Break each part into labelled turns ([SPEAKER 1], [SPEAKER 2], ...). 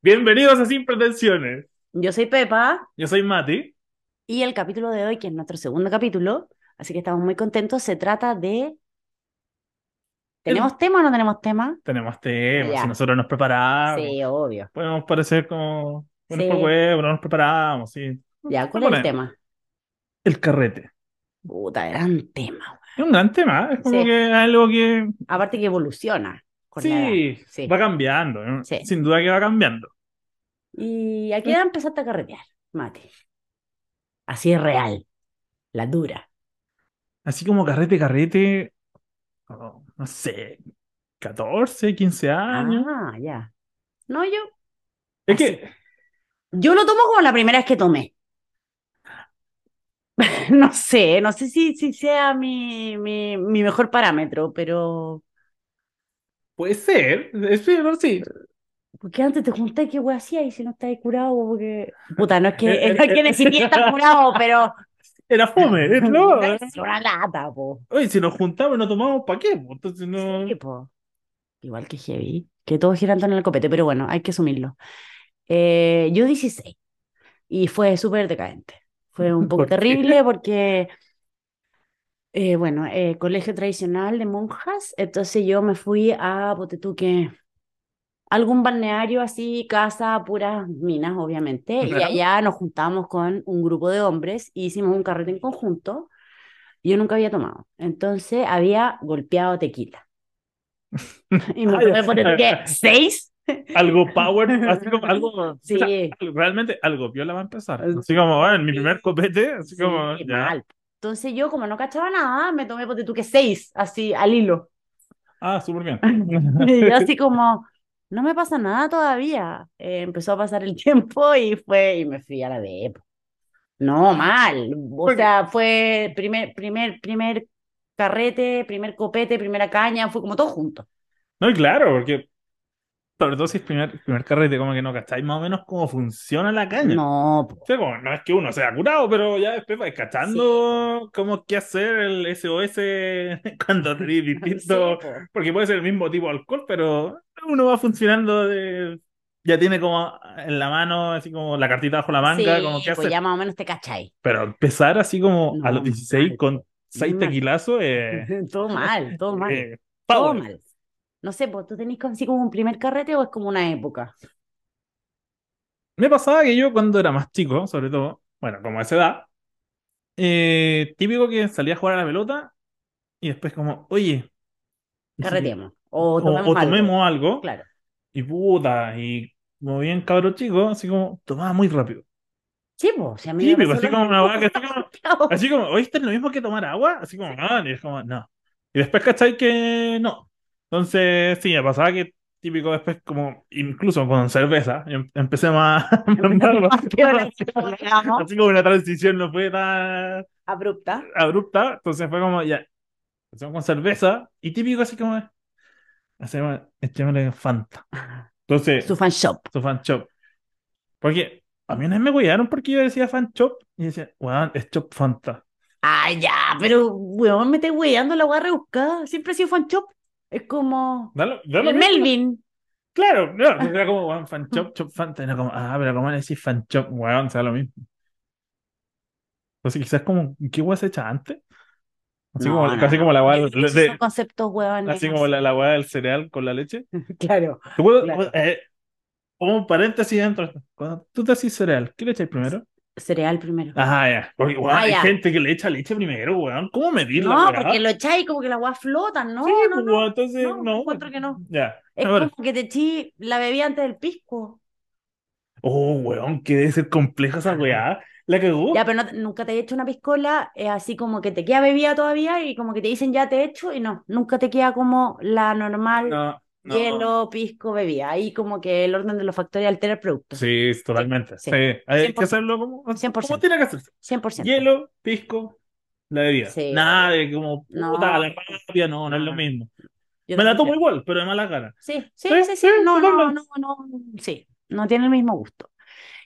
[SPEAKER 1] Bienvenidos a Sin Pretensiones.
[SPEAKER 2] Yo soy Pepa
[SPEAKER 1] Yo soy Mati.
[SPEAKER 2] y el capítulo de hoy, que es nuestro segundo capítulo, así que estamos muy contentos, se trata de... ¿Tenemos tema o no tenemos tema?
[SPEAKER 1] Tenemos temas.
[SPEAKER 2] Ya.
[SPEAKER 1] Si nosotros nos preparamos,
[SPEAKER 2] Sí, obvio.
[SPEAKER 1] podemos parecer como buenos
[SPEAKER 2] Sí.
[SPEAKER 1] por huevo, no nos preparamos. Sí.
[SPEAKER 2] Ya, ¿cuál es
[SPEAKER 1] Bueno,
[SPEAKER 2] el tema?
[SPEAKER 1] El carrete.
[SPEAKER 2] Puta, gran tema. güey.
[SPEAKER 1] Es un gran tema. ¿eh? Es como
[SPEAKER 2] Sí.
[SPEAKER 1] que algo que
[SPEAKER 2] Aparte que evoluciona con la edad.
[SPEAKER 1] sí,
[SPEAKER 2] Sí.
[SPEAKER 1] va cambiando. ¿no?
[SPEAKER 2] Sí.
[SPEAKER 1] Sin duda que va cambiando.
[SPEAKER 2] ¿Y a qué edad empezaste a carretear, Mati? Así es real, la dura.
[SPEAKER 1] Así como carrete, carrete, oh, no sé, 14, 15 años.
[SPEAKER 2] Ah, ya. No, yo...
[SPEAKER 1] es que
[SPEAKER 2] así. Yo lo tomo como la primera vez que tomé. No sé, no sé si, si sea mi, mi, mi mejor parámetro, pero...
[SPEAKER 1] puede ser. Es peor, sí.
[SPEAKER 2] Porque antes te juntáis qué wea hacías y si no estáis curado, porque... Puta, no es que,
[SPEAKER 1] Eh,
[SPEAKER 2] no es
[SPEAKER 1] eh,
[SPEAKER 2] que
[SPEAKER 1] eh.
[SPEAKER 2] decidí estar curado, pero...
[SPEAKER 1] Era fome. es- no.
[SPEAKER 2] Es una lata, po.
[SPEAKER 1] Oye, si nos juntamos y no tomamos, ¿para qué? po? Entonces no.
[SPEAKER 2] Sí, po. Igual que heavy, que todo girando en el copete, pero bueno, hay que asumirlo. Eh, yo 16 y fue súper decadente. Fue un poco
[SPEAKER 1] ¿Por qué?
[SPEAKER 2] terrible porque, eh, bueno, eh, colegio tradicional de monjas, entonces yo me fui a, ponte tú que, algún balneario así, casa, puras minas, obviamente, y
[SPEAKER 1] Ya.
[SPEAKER 2] allá nos juntamos con un grupo de hombres y hicimos un carrete en conjunto. Yo nunca había tomado, entonces había golpeado tequila. Y me
[SPEAKER 1] Ay,
[SPEAKER 2] tomé, ponte tú que,
[SPEAKER 1] ay,
[SPEAKER 2] ¿seis?
[SPEAKER 1] Algo power, así como algo.
[SPEAKER 2] Sí.
[SPEAKER 1] o sea, algo- realmente algo piola va a empezar. Así como, bueno, en mi primer copete, así
[SPEAKER 2] Sí,
[SPEAKER 1] como. ya.
[SPEAKER 2] mal. Entonces yo, como no cachaba nada, me tomé, ponte tú que seis, así, al hilo.
[SPEAKER 1] Ah, súper bien.
[SPEAKER 2] Y yo así como, no me pasa nada todavía. Eh, empezó a pasar el tiempo y fue, y me fui a la B. po. No, mal. O
[SPEAKER 1] Porque-
[SPEAKER 2] sea, fue primer, primer, primer carrete, primer copete, primera caña, fue como todo junto.
[SPEAKER 1] No, y claro, porque. Sobre todo si es primer, primer carrete, como que no cacháis más o menos cómo funciona la caña.
[SPEAKER 2] No, po.
[SPEAKER 1] O sea, como, no es que uno sea curado, pero ya después vais cachando cómo qué hacer el SOS cuando tenéis
[SPEAKER 2] Sí,
[SPEAKER 1] distintos
[SPEAKER 2] po.
[SPEAKER 1] Porque puede ser el mismo tipo de alcohol, pero uno va funcionando de... Ya tiene como en la mano, así como la cartita bajo la manga,
[SPEAKER 2] Sí, pues
[SPEAKER 1] como que
[SPEAKER 2] po,
[SPEAKER 1] hace.
[SPEAKER 2] ya más o menos te cachai.
[SPEAKER 1] Pero empezar así como a
[SPEAKER 2] No,
[SPEAKER 1] los 16
[SPEAKER 2] mal.
[SPEAKER 1] con 6
[SPEAKER 2] Mal.
[SPEAKER 1] tequilazos, eh,
[SPEAKER 2] Todo mal, todo mal.
[SPEAKER 1] eh,
[SPEAKER 2] Todo
[SPEAKER 1] power.
[SPEAKER 2] mal. No sé, pues tú tenés así como un primer carrete o es como una época.
[SPEAKER 1] Me pasaba que yo cuando era más chico, sobre todo, bueno, como a esa edad, eh, típico que salía a jugar a la pelota y después como, oye, ¿y si-
[SPEAKER 2] Carreteemos. O
[SPEAKER 1] o,
[SPEAKER 2] tomemos
[SPEAKER 1] o
[SPEAKER 2] algo.
[SPEAKER 1] tomemos algo.
[SPEAKER 2] Claro.
[SPEAKER 1] Y puta, y como bien cabro chico, así como tomaba muy rápido.
[SPEAKER 2] Sí, pues, si a mí me
[SPEAKER 1] Típico,
[SPEAKER 2] pasó
[SPEAKER 1] así
[SPEAKER 2] lo
[SPEAKER 1] como una
[SPEAKER 2] mismo.
[SPEAKER 1] vaca, así como, así como, ¿oíste es lo mismo que tomar agua? Así como, ah, y es como, no. Y después, ¿cachai? Que no. Entonces, sí, me pasaba que típico después, como, incluso con cerveza, em- empecé más, más
[SPEAKER 2] Peor, así como, digamos,
[SPEAKER 1] Así como una transición no fue tan
[SPEAKER 2] Abrupta.
[SPEAKER 1] abrupta, entonces fue como, ya, empezamos con cerveza, y típico así como, hacemos, echémosle Fanta. Entonces,
[SPEAKER 2] Su fan shop.
[SPEAKER 1] su fan shop. Porque a mí una vez me cuidaron porque yo decía fan shop y decía, weón, es shop Fanta.
[SPEAKER 2] Ah, ya, pero, weón, me estoy weyando la weá rebuscada. Siempre ha sido fan shop. Es como.
[SPEAKER 1] Da lo- da lo
[SPEAKER 2] El
[SPEAKER 1] mismo.
[SPEAKER 2] Melvin.
[SPEAKER 1] Claro, no, era como, weón, fan shop, shop Fanta. Era como, ah, pero ¿cómo le decís fan shop? Weón, o sea, lo mismo. Entonces, quizás como, ¿qué weón se echa antes? Así
[SPEAKER 2] No,
[SPEAKER 1] como,
[SPEAKER 2] no,
[SPEAKER 1] casi como la weá
[SPEAKER 2] Yo creo que
[SPEAKER 1] del,
[SPEAKER 2] esos
[SPEAKER 1] de-
[SPEAKER 2] son conceptos, weón.
[SPEAKER 1] así como la, la weá del cereal con la leche.
[SPEAKER 2] Claro.
[SPEAKER 1] ¿Te puedo-
[SPEAKER 2] Claro.
[SPEAKER 1] eh, pongo un paréntesis dentro. Cuando tú te haces cereal, ¿qué le echáis primero?
[SPEAKER 2] Cereal primero.
[SPEAKER 1] Ajá, ya. Porque, weón,
[SPEAKER 2] Ah,
[SPEAKER 1] hay
[SPEAKER 2] ya.
[SPEAKER 1] gente que le echa leche primero, weón. ¿Cómo medir la
[SPEAKER 2] No,
[SPEAKER 1] weá?
[SPEAKER 2] porque lo echáis como que la weá flota. No,
[SPEAKER 1] Sí,
[SPEAKER 2] no,
[SPEAKER 1] pues,
[SPEAKER 2] no.
[SPEAKER 1] entonces
[SPEAKER 2] no,
[SPEAKER 1] no.
[SPEAKER 2] encuentro que no.
[SPEAKER 1] Ya.
[SPEAKER 2] Es
[SPEAKER 1] A ver.
[SPEAKER 2] como que te eché la bebida antes del pisco.
[SPEAKER 1] Oh, weón, que debe ser compleja esa weá. La cagó.
[SPEAKER 2] Ya, pero no- nunca te he hecho una piscola, eh, así como que te queda bebida todavía y como que te dicen ya te he hecho y no, nunca te queda como la normal
[SPEAKER 1] No, no.
[SPEAKER 2] hielo, pisco, bebida. Ahí como que el orden de los factores altera el producto.
[SPEAKER 1] Sí, es totalmente.
[SPEAKER 2] Sí,
[SPEAKER 1] Sí. Hay que
[SPEAKER 2] 100%.
[SPEAKER 1] hacerlo como, como
[SPEAKER 2] 100%.
[SPEAKER 1] tiene que hacerse.
[SPEAKER 2] 100%.
[SPEAKER 1] Hielo, pisco, la bebida.
[SPEAKER 2] Sí,
[SPEAKER 1] Nada de como puta,
[SPEAKER 2] No.
[SPEAKER 1] a la rápida, no, no es
[SPEAKER 2] No,
[SPEAKER 1] lo
[SPEAKER 2] no.
[SPEAKER 1] mismo.
[SPEAKER 2] Yo
[SPEAKER 1] Me la tomo
[SPEAKER 2] también.
[SPEAKER 1] igual, pero de mala cara.
[SPEAKER 2] Sí,
[SPEAKER 1] Sí,
[SPEAKER 2] sí, sí, sí,
[SPEAKER 1] sí,
[SPEAKER 2] no, no,
[SPEAKER 1] totalmente.
[SPEAKER 2] no, no, sí, no tiene el mismo gusto.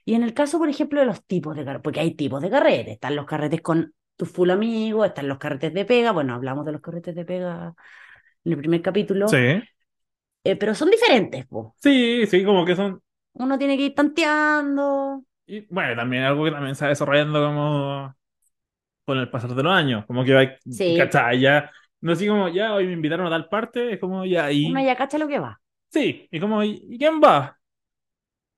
[SPEAKER 2] Y en el caso, por ejemplo, de los tipos de carretes, porque hay tipos de carretes, están los carretes con tu full amigo, están los carretes de pega, bueno, hablamos de los carretes de pega en el primer capítulo,
[SPEAKER 1] Sí.
[SPEAKER 2] eh, pero son diferentes, po.
[SPEAKER 1] Sí, sí, como que son
[SPEAKER 2] Uno tiene que ir tanteando.
[SPEAKER 1] Y bueno, también algo que también se va desarrollando como con el pasar de los años, como que va,
[SPEAKER 2] Sí.
[SPEAKER 1] ¿cachai? Ya, no así como, ya, hoy me invitaron a tal parte, es como, ya, ahí,
[SPEAKER 2] Uno ya cacha lo que va.
[SPEAKER 1] sí, y como, ¿y y quién va?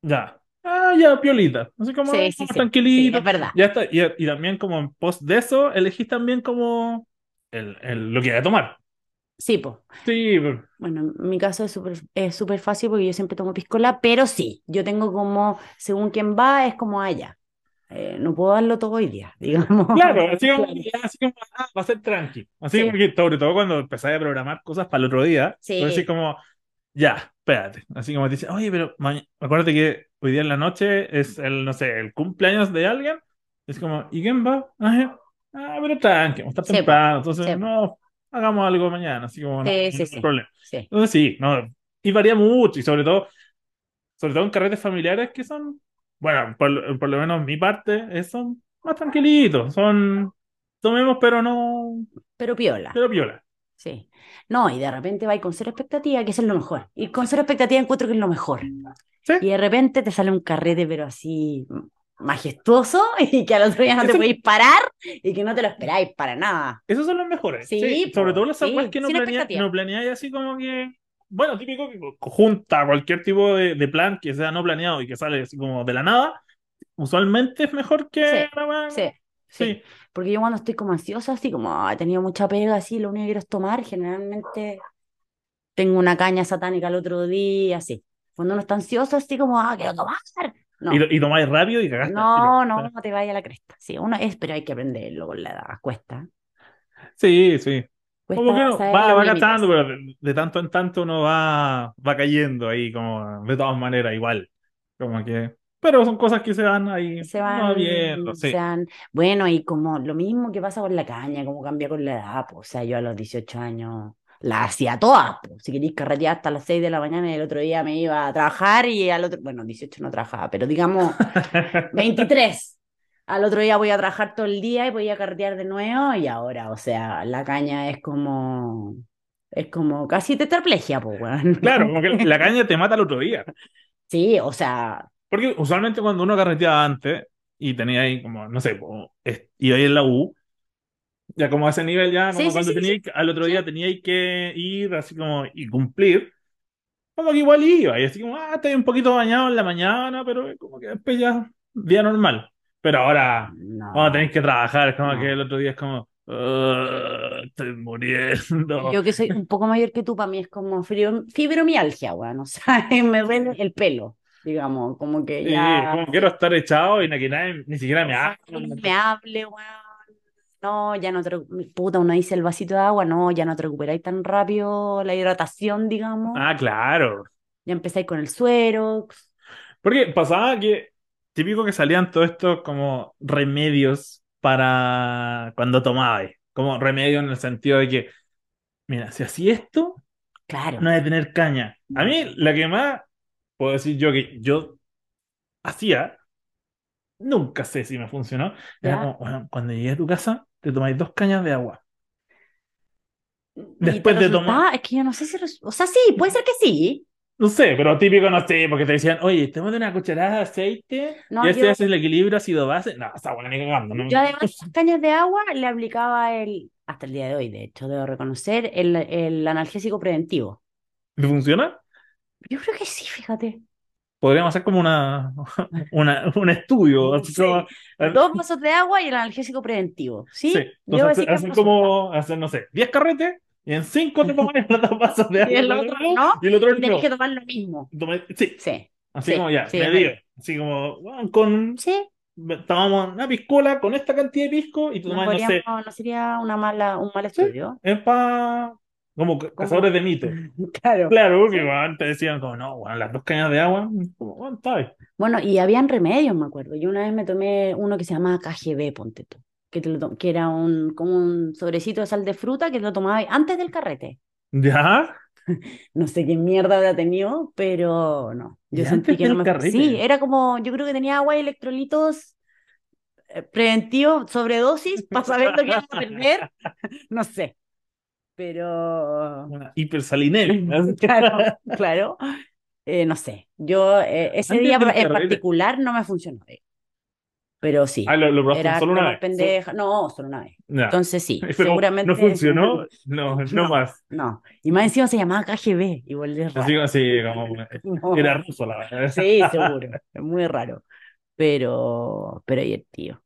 [SPEAKER 1] Ya, ah, ya, piolita, así como,
[SPEAKER 2] Sí, sí,
[SPEAKER 1] como
[SPEAKER 2] sí. Sí,
[SPEAKER 1] tranquilito,
[SPEAKER 2] es verdad.
[SPEAKER 1] ya está, y, y también como en post de eso, elegís también como el, el- lo que hay a tomar.
[SPEAKER 2] Sí, pues.
[SPEAKER 1] Sí,
[SPEAKER 2] Bueno, en mi caso es súper es súper fácil porque yo siempre tomo piscola, pero sí, yo tengo como, según quien va, es como allá. Eh, no puedo darlo todo hoy día, digamos.
[SPEAKER 1] claro, así como,
[SPEAKER 2] Claro.
[SPEAKER 1] ya, así como, ah, va a ser tranqui, así
[SPEAKER 2] Sí.
[SPEAKER 1] porque sobre todo cuando empezáis a programar cosas para el otro día,
[SPEAKER 2] Sí.
[SPEAKER 1] pues así como, ya, espérate. Así como te dice, oye, pero ma- acuérdate que hoy día en la noche es el, no sé, el cumpleaños de alguien. Es como, ¿y quién va? Ah, ya. Ah, pero tranqui, está
[SPEAKER 2] Sí, po.
[SPEAKER 1] temprano, entonces
[SPEAKER 2] Sí, po.
[SPEAKER 1] no, hagamos algo mañana, así como no,
[SPEAKER 2] Sí,
[SPEAKER 1] no
[SPEAKER 2] sí,
[SPEAKER 1] hay
[SPEAKER 2] sí.
[SPEAKER 1] problema.
[SPEAKER 2] Sí.
[SPEAKER 1] Entonces sí, no, y varía mucho, y sobre todo, sobre todo en carretes familiares que son, bueno, por, lo- por lo menos mi parte, eh, son más tranquilitos, son, tomemos pero no,
[SPEAKER 2] Pero piola,
[SPEAKER 1] pero viola.
[SPEAKER 2] sí. No, y de repente vais con cero expectativa, que eso es lo mejor. Y con cero expectativa encuentro que es lo mejor.
[SPEAKER 1] Sí.
[SPEAKER 2] Y de repente te sale un carrete, pero así majestuoso, y que al otro día no te
[SPEAKER 1] Eso-
[SPEAKER 2] podéis parar y que no te lo esperáis para nada.
[SPEAKER 1] Esos son los mejores.
[SPEAKER 2] Sí,
[SPEAKER 1] Sí,
[SPEAKER 2] po,
[SPEAKER 1] sobre todo las
[SPEAKER 2] sí,
[SPEAKER 1] aguas que no
[SPEAKER 2] sin
[SPEAKER 1] planeáis
[SPEAKER 2] expectativa.
[SPEAKER 1] no planeáis así como que. Bueno, típico que junta cualquier tipo de, de plan que sea no planeado y que sale así como de la nada. Usualmente es mejor que.
[SPEAKER 2] Sí,
[SPEAKER 1] la wea-
[SPEAKER 2] Sí, sí.
[SPEAKER 1] Sí.
[SPEAKER 2] Porque yo cuando estoy como ansiosa, así como "Ah, he tenido mucha pega, así, lo único que quiero es tomar, generalmente tengo una caña satánica el otro día, así. Cuando uno está ansioso, así como, ah, quiero tomar. No,
[SPEAKER 1] Y, lo- y tomáis rápido y cagaste.
[SPEAKER 2] no,
[SPEAKER 1] al
[SPEAKER 2] no,
[SPEAKER 1] tiro.
[SPEAKER 2] no te vaya a la cresta. Sí, uno es, pero hay que aprenderlo con la edad, cuesta.
[SPEAKER 1] Sí, sí. Como que
[SPEAKER 2] Cuesta
[SPEAKER 1] no,
[SPEAKER 2] Pues saber
[SPEAKER 1] va,
[SPEAKER 2] los
[SPEAKER 1] va
[SPEAKER 2] límites.
[SPEAKER 1] gastando, pero de, de tanto en tanto uno va, va cayendo ahí, como de todas maneras, igual. Como que. Pero son cosas que se van ahí.
[SPEAKER 2] Se
[SPEAKER 1] Va viendo,
[SPEAKER 2] van, se
[SPEAKER 1] sí.
[SPEAKER 2] van, bueno, y como lo mismo que pasa con la caña, como cambia con la edad, po. O sea, yo a los 18 años la hacía toda, po. Si queréis carretear hasta las 6 de la mañana y el otro día me iba a trabajar y al otro, bueno, 18 no trabajaba, pero digamos 23. Al otro día voy a trabajar todo el día y voy a carretear de nuevo y ahora, o sea, la caña es como, es como casi tetraplegia, pues, weón.
[SPEAKER 1] Claro, como que la caña te mata al otro día.
[SPEAKER 2] Sí, o sea,
[SPEAKER 1] Porque usualmente cuando uno carreteaba antes y tenía ahí como, no sé, po, es- y ahí en la U, ya como a ese nivel ya,
[SPEAKER 2] Sí,
[SPEAKER 1] como
[SPEAKER 2] sí,
[SPEAKER 1] cuando
[SPEAKER 2] sí,
[SPEAKER 1] tenía
[SPEAKER 2] sí.
[SPEAKER 1] que- al otro
[SPEAKER 2] Sí.
[SPEAKER 1] día tenía que ir así como y cumplir, como que igual iba, y así como, ah, estoy un poquito bañado en la mañana, pero como que después ya, día normal. Pero ahora, cuando
[SPEAKER 2] no,
[SPEAKER 1] tenéis que trabajar, es como que
[SPEAKER 2] no.
[SPEAKER 1] el otro día es como, "Ah, estoy muriendo.
[SPEAKER 2] Yo que soy un poco mayor que tú, para mí es como fibro- fibromialgia, weón. O sea, me duele el pelo, digamos, como que
[SPEAKER 1] Sí, es
[SPEAKER 2] ya
[SPEAKER 1] como quiero estar echado y na- que nadie ni siquiera me
[SPEAKER 2] ojalá
[SPEAKER 1] haga.
[SPEAKER 2] alguien me hable, weón. No, ya no te recu- puta, uno dice el vasito de agua, no, ya no te recuperáis tan rápido la hidratación, digamos.
[SPEAKER 1] Ah, claro.
[SPEAKER 2] Ya empezáis con el suero.
[SPEAKER 1] Porque pasaba que, típico que salían todos estos como remedios para cuando tomabas, como remedio en el sentido de que, mira, si así esto,
[SPEAKER 2] Claro,
[SPEAKER 1] no hay de tener caña. A mí, la que más, puedo decir yo que yo hacía, nunca sé si me funcionó, era
[SPEAKER 2] ya.
[SPEAKER 1] como, bueno, cuando llegué a tu casa, te tomáis dos cañas de agua.
[SPEAKER 2] Y te
[SPEAKER 1] Después de tomar,
[SPEAKER 2] resultaba, es que yo no sé si, resu- o sea, sí, puede ser que sí.
[SPEAKER 1] no sé, pero típico no sé, porque te decían, oye, de una cucharada de aceite
[SPEAKER 2] No,
[SPEAKER 1] y así
[SPEAKER 2] yo,
[SPEAKER 1] haces el equilibrio ácido-base. No, está bueno, ni cagando,
[SPEAKER 2] Yo
[SPEAKER 1] no.
[SPEAKER 2] además esas cañas de agua le aplicaba el, hasta el día de hoy, de hecho, debo reconocer, el, el analgésico preventivo.
[SPEAKER 1] ¿Me funciona?
[SPEAKER 2] Yo creo que sí, fíjate.
[SPEAKER 1] Podríamos hacer como una, una- un estudio. así como- eh,
[SPEAKER 2] Dos vasos de agua y el analgésico preventivo.
[SPEAKER 1] sí,
[SPEAKER 2] ¿Sí? Yo
[SPEAKER 1] entonces
[SPEAKER 2] decía
[SPEAKER 1] hacer,
[SPEAKER 2] que me
[SPEAKER 1] hacer
[SPEAKER 2] resulta.
[SPEAKER 1] como, hacer, no sé, 10 carretes y en 5 te pones los dos vasos de
[SPEAKER 2] Y
[SPEAKER 1] agua
[SPEAKER 2] el
[SPEAKER 1] con
[SPEAKER 2] otro
[SPEAKER 1] algo
[SPEAKER 2] no,
[SPEAKER 1] y el otro
[SPEAKER 2] y tenés
[SPEAKER 1] no.
[SPEAKER 2] que tomar lo mismo.
[SPEAKER 1] Toma- Sí,
[SPEAKER 2] Sí,
[SPEAKER 1] así
[SPEAKER 2] sí,
[SPEAKER 1] como ya,
[SPEAKER 2] sí, es
[SPEAKER 1] medio.
[SPEAKER 2] verdad.
[SPEAKER 1] Así como, bueno, con,
[SPEAKER 2] Sí,
[SPEAKER 1] tomamos una piscola con esta cantidad de pisco y tú
[SPEAKER 2] no
[SPEAKER 1] tomas, no
[SPEAKER 2] podríamos,
[SPEAKER 1] sé,
[SPEAKER 2] no sería una mala, un mal
[SPEAKER 1] sí,
[SPEAKER 2] estudio.
[SPEAKER 1] es para como ca- cazadores
[SPEAKER 2] Como,
[SPEAKER 1] de mitos.
[SPEAKER 2] claro.
[SPEAKER 1] Claro, porque
[SPEAKER 2] Sí.
[SPEAKER 1] bueno, te decían como, no, bueno, las dos cañas de agua, mm, como, bueno, está bien.
[SPEAKER 2] Bueno, y habían remedios, me acuerdo. Yo una vez me tomé uno que se llamaba KGB, ponte tú, que, te lo to- que era un, como un sobrecito de sal de fruta que lo tomaba antes del carrete.
[SPEAKER 1] ¿Ya?
[SPEAKER 2] No sé qué mierda habrá tenido, pero no. Yo
[SPEAKER 1] Y
[SPEAKER 2] sentí
[SPEAKER 1] antes
[SPEAKER 2] que no
[SPEAKER 1] del
[SPEAKER 2] me... Sí,
[SPEAKER 1] carrete.
[SPEAKER 2] era como, yo creo que tenía agua y electrolitos eh, preventivos, sobredosis, para saber lo que iba a perder, no sé. Pero,
[SPEAKER 1] Una hipersalinera.
[SPEAKER 2] claro, claro. eh, no sé, yo eh, ese
[SPEAKER 1] Antes
[SPEAKER 2] día
[SPEAKER 1] del
[SPEAKER 2] en
[SPEAKER 1] carrete.
[SPEAKER 2] particular no me funcionó. eh. Pero sí,
[SPEAKER 1] Ah, lo, lo probaste
[SPEAKER 2] era
[SPEAKER 1] solo una
[SPEAKER 2] como
[SPEAKER 1] vez.
[SPEAKER 2] pendeja. No, solo una vez.
[SPEAKER 1] Ya.
[SPEAKER 2] Entonces sí,
[SPEAKER 1] Y fue como,
[SPEAKER 2] seguramente.
[SPEAKER 1] ¿No funcionó? No, no,
[SPEAKER 2] No.
[SPEAKER 1] más.
[SPEAKER 2] No. Y más encima se llamaba KGB, igual de raro.
[SPEAKER 1] Así, así como,
[SPEAKER 2] No.
[SPEAKER 1] era ruso la verdad.
[SPEAKER 2] Sí, seguro. Es muy raro. Pero, pero divertido.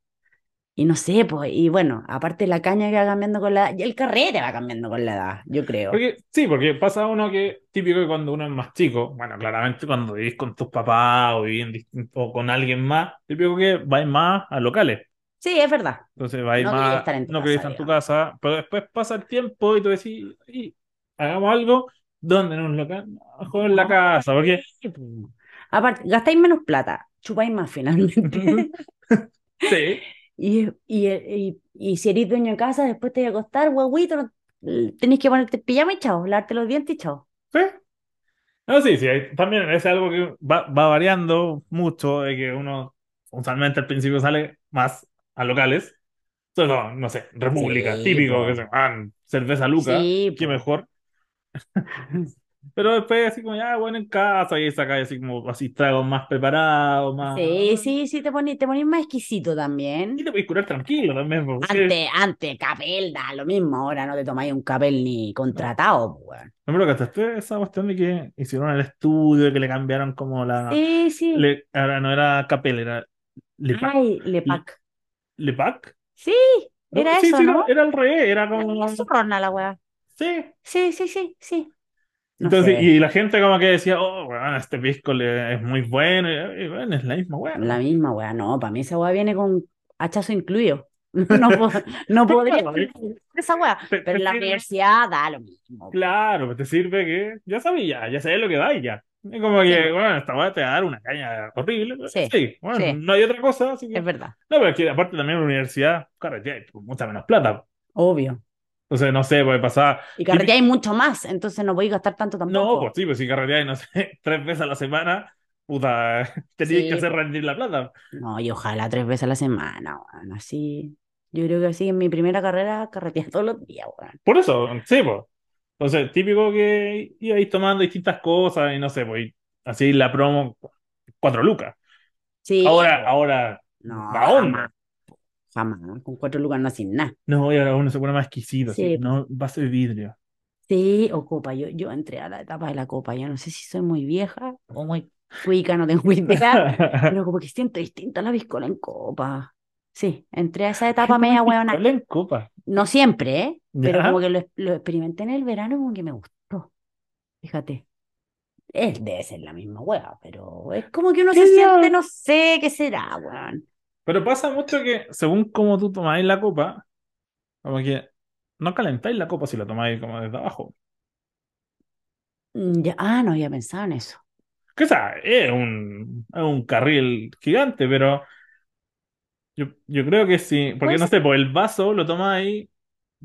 [SPEAKER 2] Y no sé, pues, y bueno, aparte la caña que va cambiando con la edad, y el carrete va cambiando con la edad, yo creo.
[SPEAKER 1] Porque, sí, porque pasa uno que típico que cuando uno es más chico, bueno, claramente cuando vivís con tus papás o vivís en distin- o con alguien más, típico que vais más a locales.
[SPEAKER 2] Sí, es verdad.
[SPEAKER 1] Entonces vais
[SPEAKER 2] No queréis
[SPEAKER 1] más,
[SPEAKER 2] estar en tu
[SPEAKER 1] no
[SPEAKER 2] casa,
[SPEAKER 1] queréis estar en tu casa, pero después pasa el tiempo y tú decís, "Y, hagamos algo, ¿dónde? ¿En un local? No, joder, en la
[SPEAKER 2] No.
[SPEAKER 1] casa, porque
[SPEAKER 2] Sí, pues. Aparte, gastáis menos plata, chupáis más finalmente.
[SPEAKER 1] sí,
[SPEAKER 2] Y, y, y, y si eres dueño de casa, después te voy a acostar, huevito, no- tenés que ponerte pijama y chao, lavarte los dientes y chao.
[SPEAKER 1] sí. No, sí, sí, hay- también es algo que va, va variando mucho, de que uno usualmente al principio sale más a locales, Sobre todo, no sé, República,
[SPEAKER 2] Sí,
[SPEAKER 1] típico,
[SPEAKER 2] po.
[SPEAKER 1] que se van, cerveza Luca,
[SPEAKER 2] Sí,
[SPEAKER 1] qué
[SPEAKER 2] po.
[SPEAKER 1] mejor. Pero después así como, ya, bueno, en casa, y ahí sacáis así como, así tragos más preparados, más...
[SPEAKER 2] Sí, sí, sí, te pones, te ponís más exquisito
[SPEAKER 1] Y
[SPEAKER 2] también.
[SPEAKER 1] te podéis curar tranquilo también, po, porque
[SPEAKER 2] Antes, antes, capel, da lo mismo, ahora no te tomáis un capel ni contratado, po, weón.
[SPEAKER 1] No me lo gastaste esa cuestión de que hicieron el estudio, que le cambiaron como la...
[SPEAKER 2] Sí, sí.
[SPEAKER 1] le- ahora no era Capel, era Lepac.
[SPEAKER 2] Ay, Lepac.
[SPEAKER 1] ¿Lepac?
[SPEAKER 2] Sí,
[SPEAKER 1] No,
[SPEAKER 2] era
[SPEAKER 1] sí,
[SPEAKER 2] eso,
[SPEAKER 1] sí,
[SPEAKER 2] ¿no?
[SPEAKER 1] era, era al revés, era
[SPEAKER 2] Era
[SPEAKER 1] como...
[SPEAKER 2] una zorrona la weá.
[SPEAKER 1] Sí.
[SPEAKER 2] Sí, sí, sí, sí. No
[SPEAKER 1] Entonces,
[SPEAKER 2] sé,
[SPEAKER 1] y la gente como que decía, oh, weón, este pisco le- es muy bueno, y, y, bueno, es la misma weón.
[SPEAKER 2] la misma weá, no, para mí esa weá viene con hachazo incluido. No, po- no podría tener esa weá.
[SPEAKER 1] Te-
[SPEAKER 2] Pero
[SPEAKER 1] te
[SPEAKER 2] en la
[SPEAKER 1] sirve-
[SPEAKER 2] universidad da lo mismo.
[SPEAKER 1] Claro, pues te sirve que ya sabía, ya sabes lo que da y ya. Es como
[SPEAKER 2] Sí.
[SPEAKER 1] que, bueno, esta weá te va a dar una caña horrible. pero
[SPEAKER 2] Sí,
[SPEAKER 1] Sí, bueno,
[SPEAKER 2] sí.
[SPEAKER 1] no hay otra cosa, así que...
[SPEAKER 2] Es verdad,
[SPEAKER 1] No, pero es que aparte también en la universidad, carreteáis con mucha menos plata.
[SPEAKER 2] obvio.
[SPEAKER 1] Entonces, no sé, puede pasar...
[SPEAKER 2] Y carretea hay mucho más, entonces no podéis gastar tanto
[SPEAKER 1] No,
[SPEAKER 2] tampoco.
[SPEAKER 1] pues sí, pues si carreteáis, no sé, tres veces a la semana, puta, tenías
[SPEAKER 2] Sí.
[SPEAKER 1] que hacer rendir la plata.
[SPEAKER 2] No, y ojalá tres veces a la semana, weón. Así. Yo creo que así en mi primera carrera carreteé todos los días, weón.
[SPEAKER 1] Por eso, sí, pues. Entonces, típico que ibais tomando distintas cosas y no sé, pues, y así la promo, cuatro lucas.
[SPEAKER 2] Sí.
[SPEAKER 1] Ahora, ahora,
[SPEAKER 2] No,
[SPEAKER 1] va onda.
[SPEAKER 2] jamás. Jamás. Con cuatro lucas no hacen nada.
[SPEAKER 1] No, y ahora uno se pone más exquisito,
[SPEAKER 2] Sí.
[SPEAKER 1] así, no, vaso de vidrio.
[SPEAKER 2] Sí, o copa. Yo, yo entré a la etapa de la copa. Yo no sé si soy muy vieja o muy cuica, no tengo idea. Pero como que siento distinta la piscola en copa. Sí, entré a esa etapa media huevona.
[SPEAKER 1] Habla en copa.
[SPEAKER 2] No siempre, ¿eh? Pero
[SPEAKER 1] Ya.
[SPEAKER 2] como que lo, lo experimenté en el verano, como que me gustó. Fíjate. Es, debe ser la misma hueá, pero es como que uno se
[SPEAKER 1] Sí,
[SPEAKER 2] siente,
[SPEAKER 1] ya.
[SPEAKER 2] no sé qué será, weón.
[SPEAKER 1] Pero pasa mucho que, según cómo tú tomáis la copa, como que no calentáis la copa si la tomáis como desde abajo.
[SPEAKER 2] Mm, ya- ah, no había pensado en eso.
[SPEAKER 1] Que esa es un, es un carril gigante, pero yo, yo creo que sí. Porque
[SPEAKER 2] Pues-
[SPEAKER 1] no sé, pues el vaso lo tomáis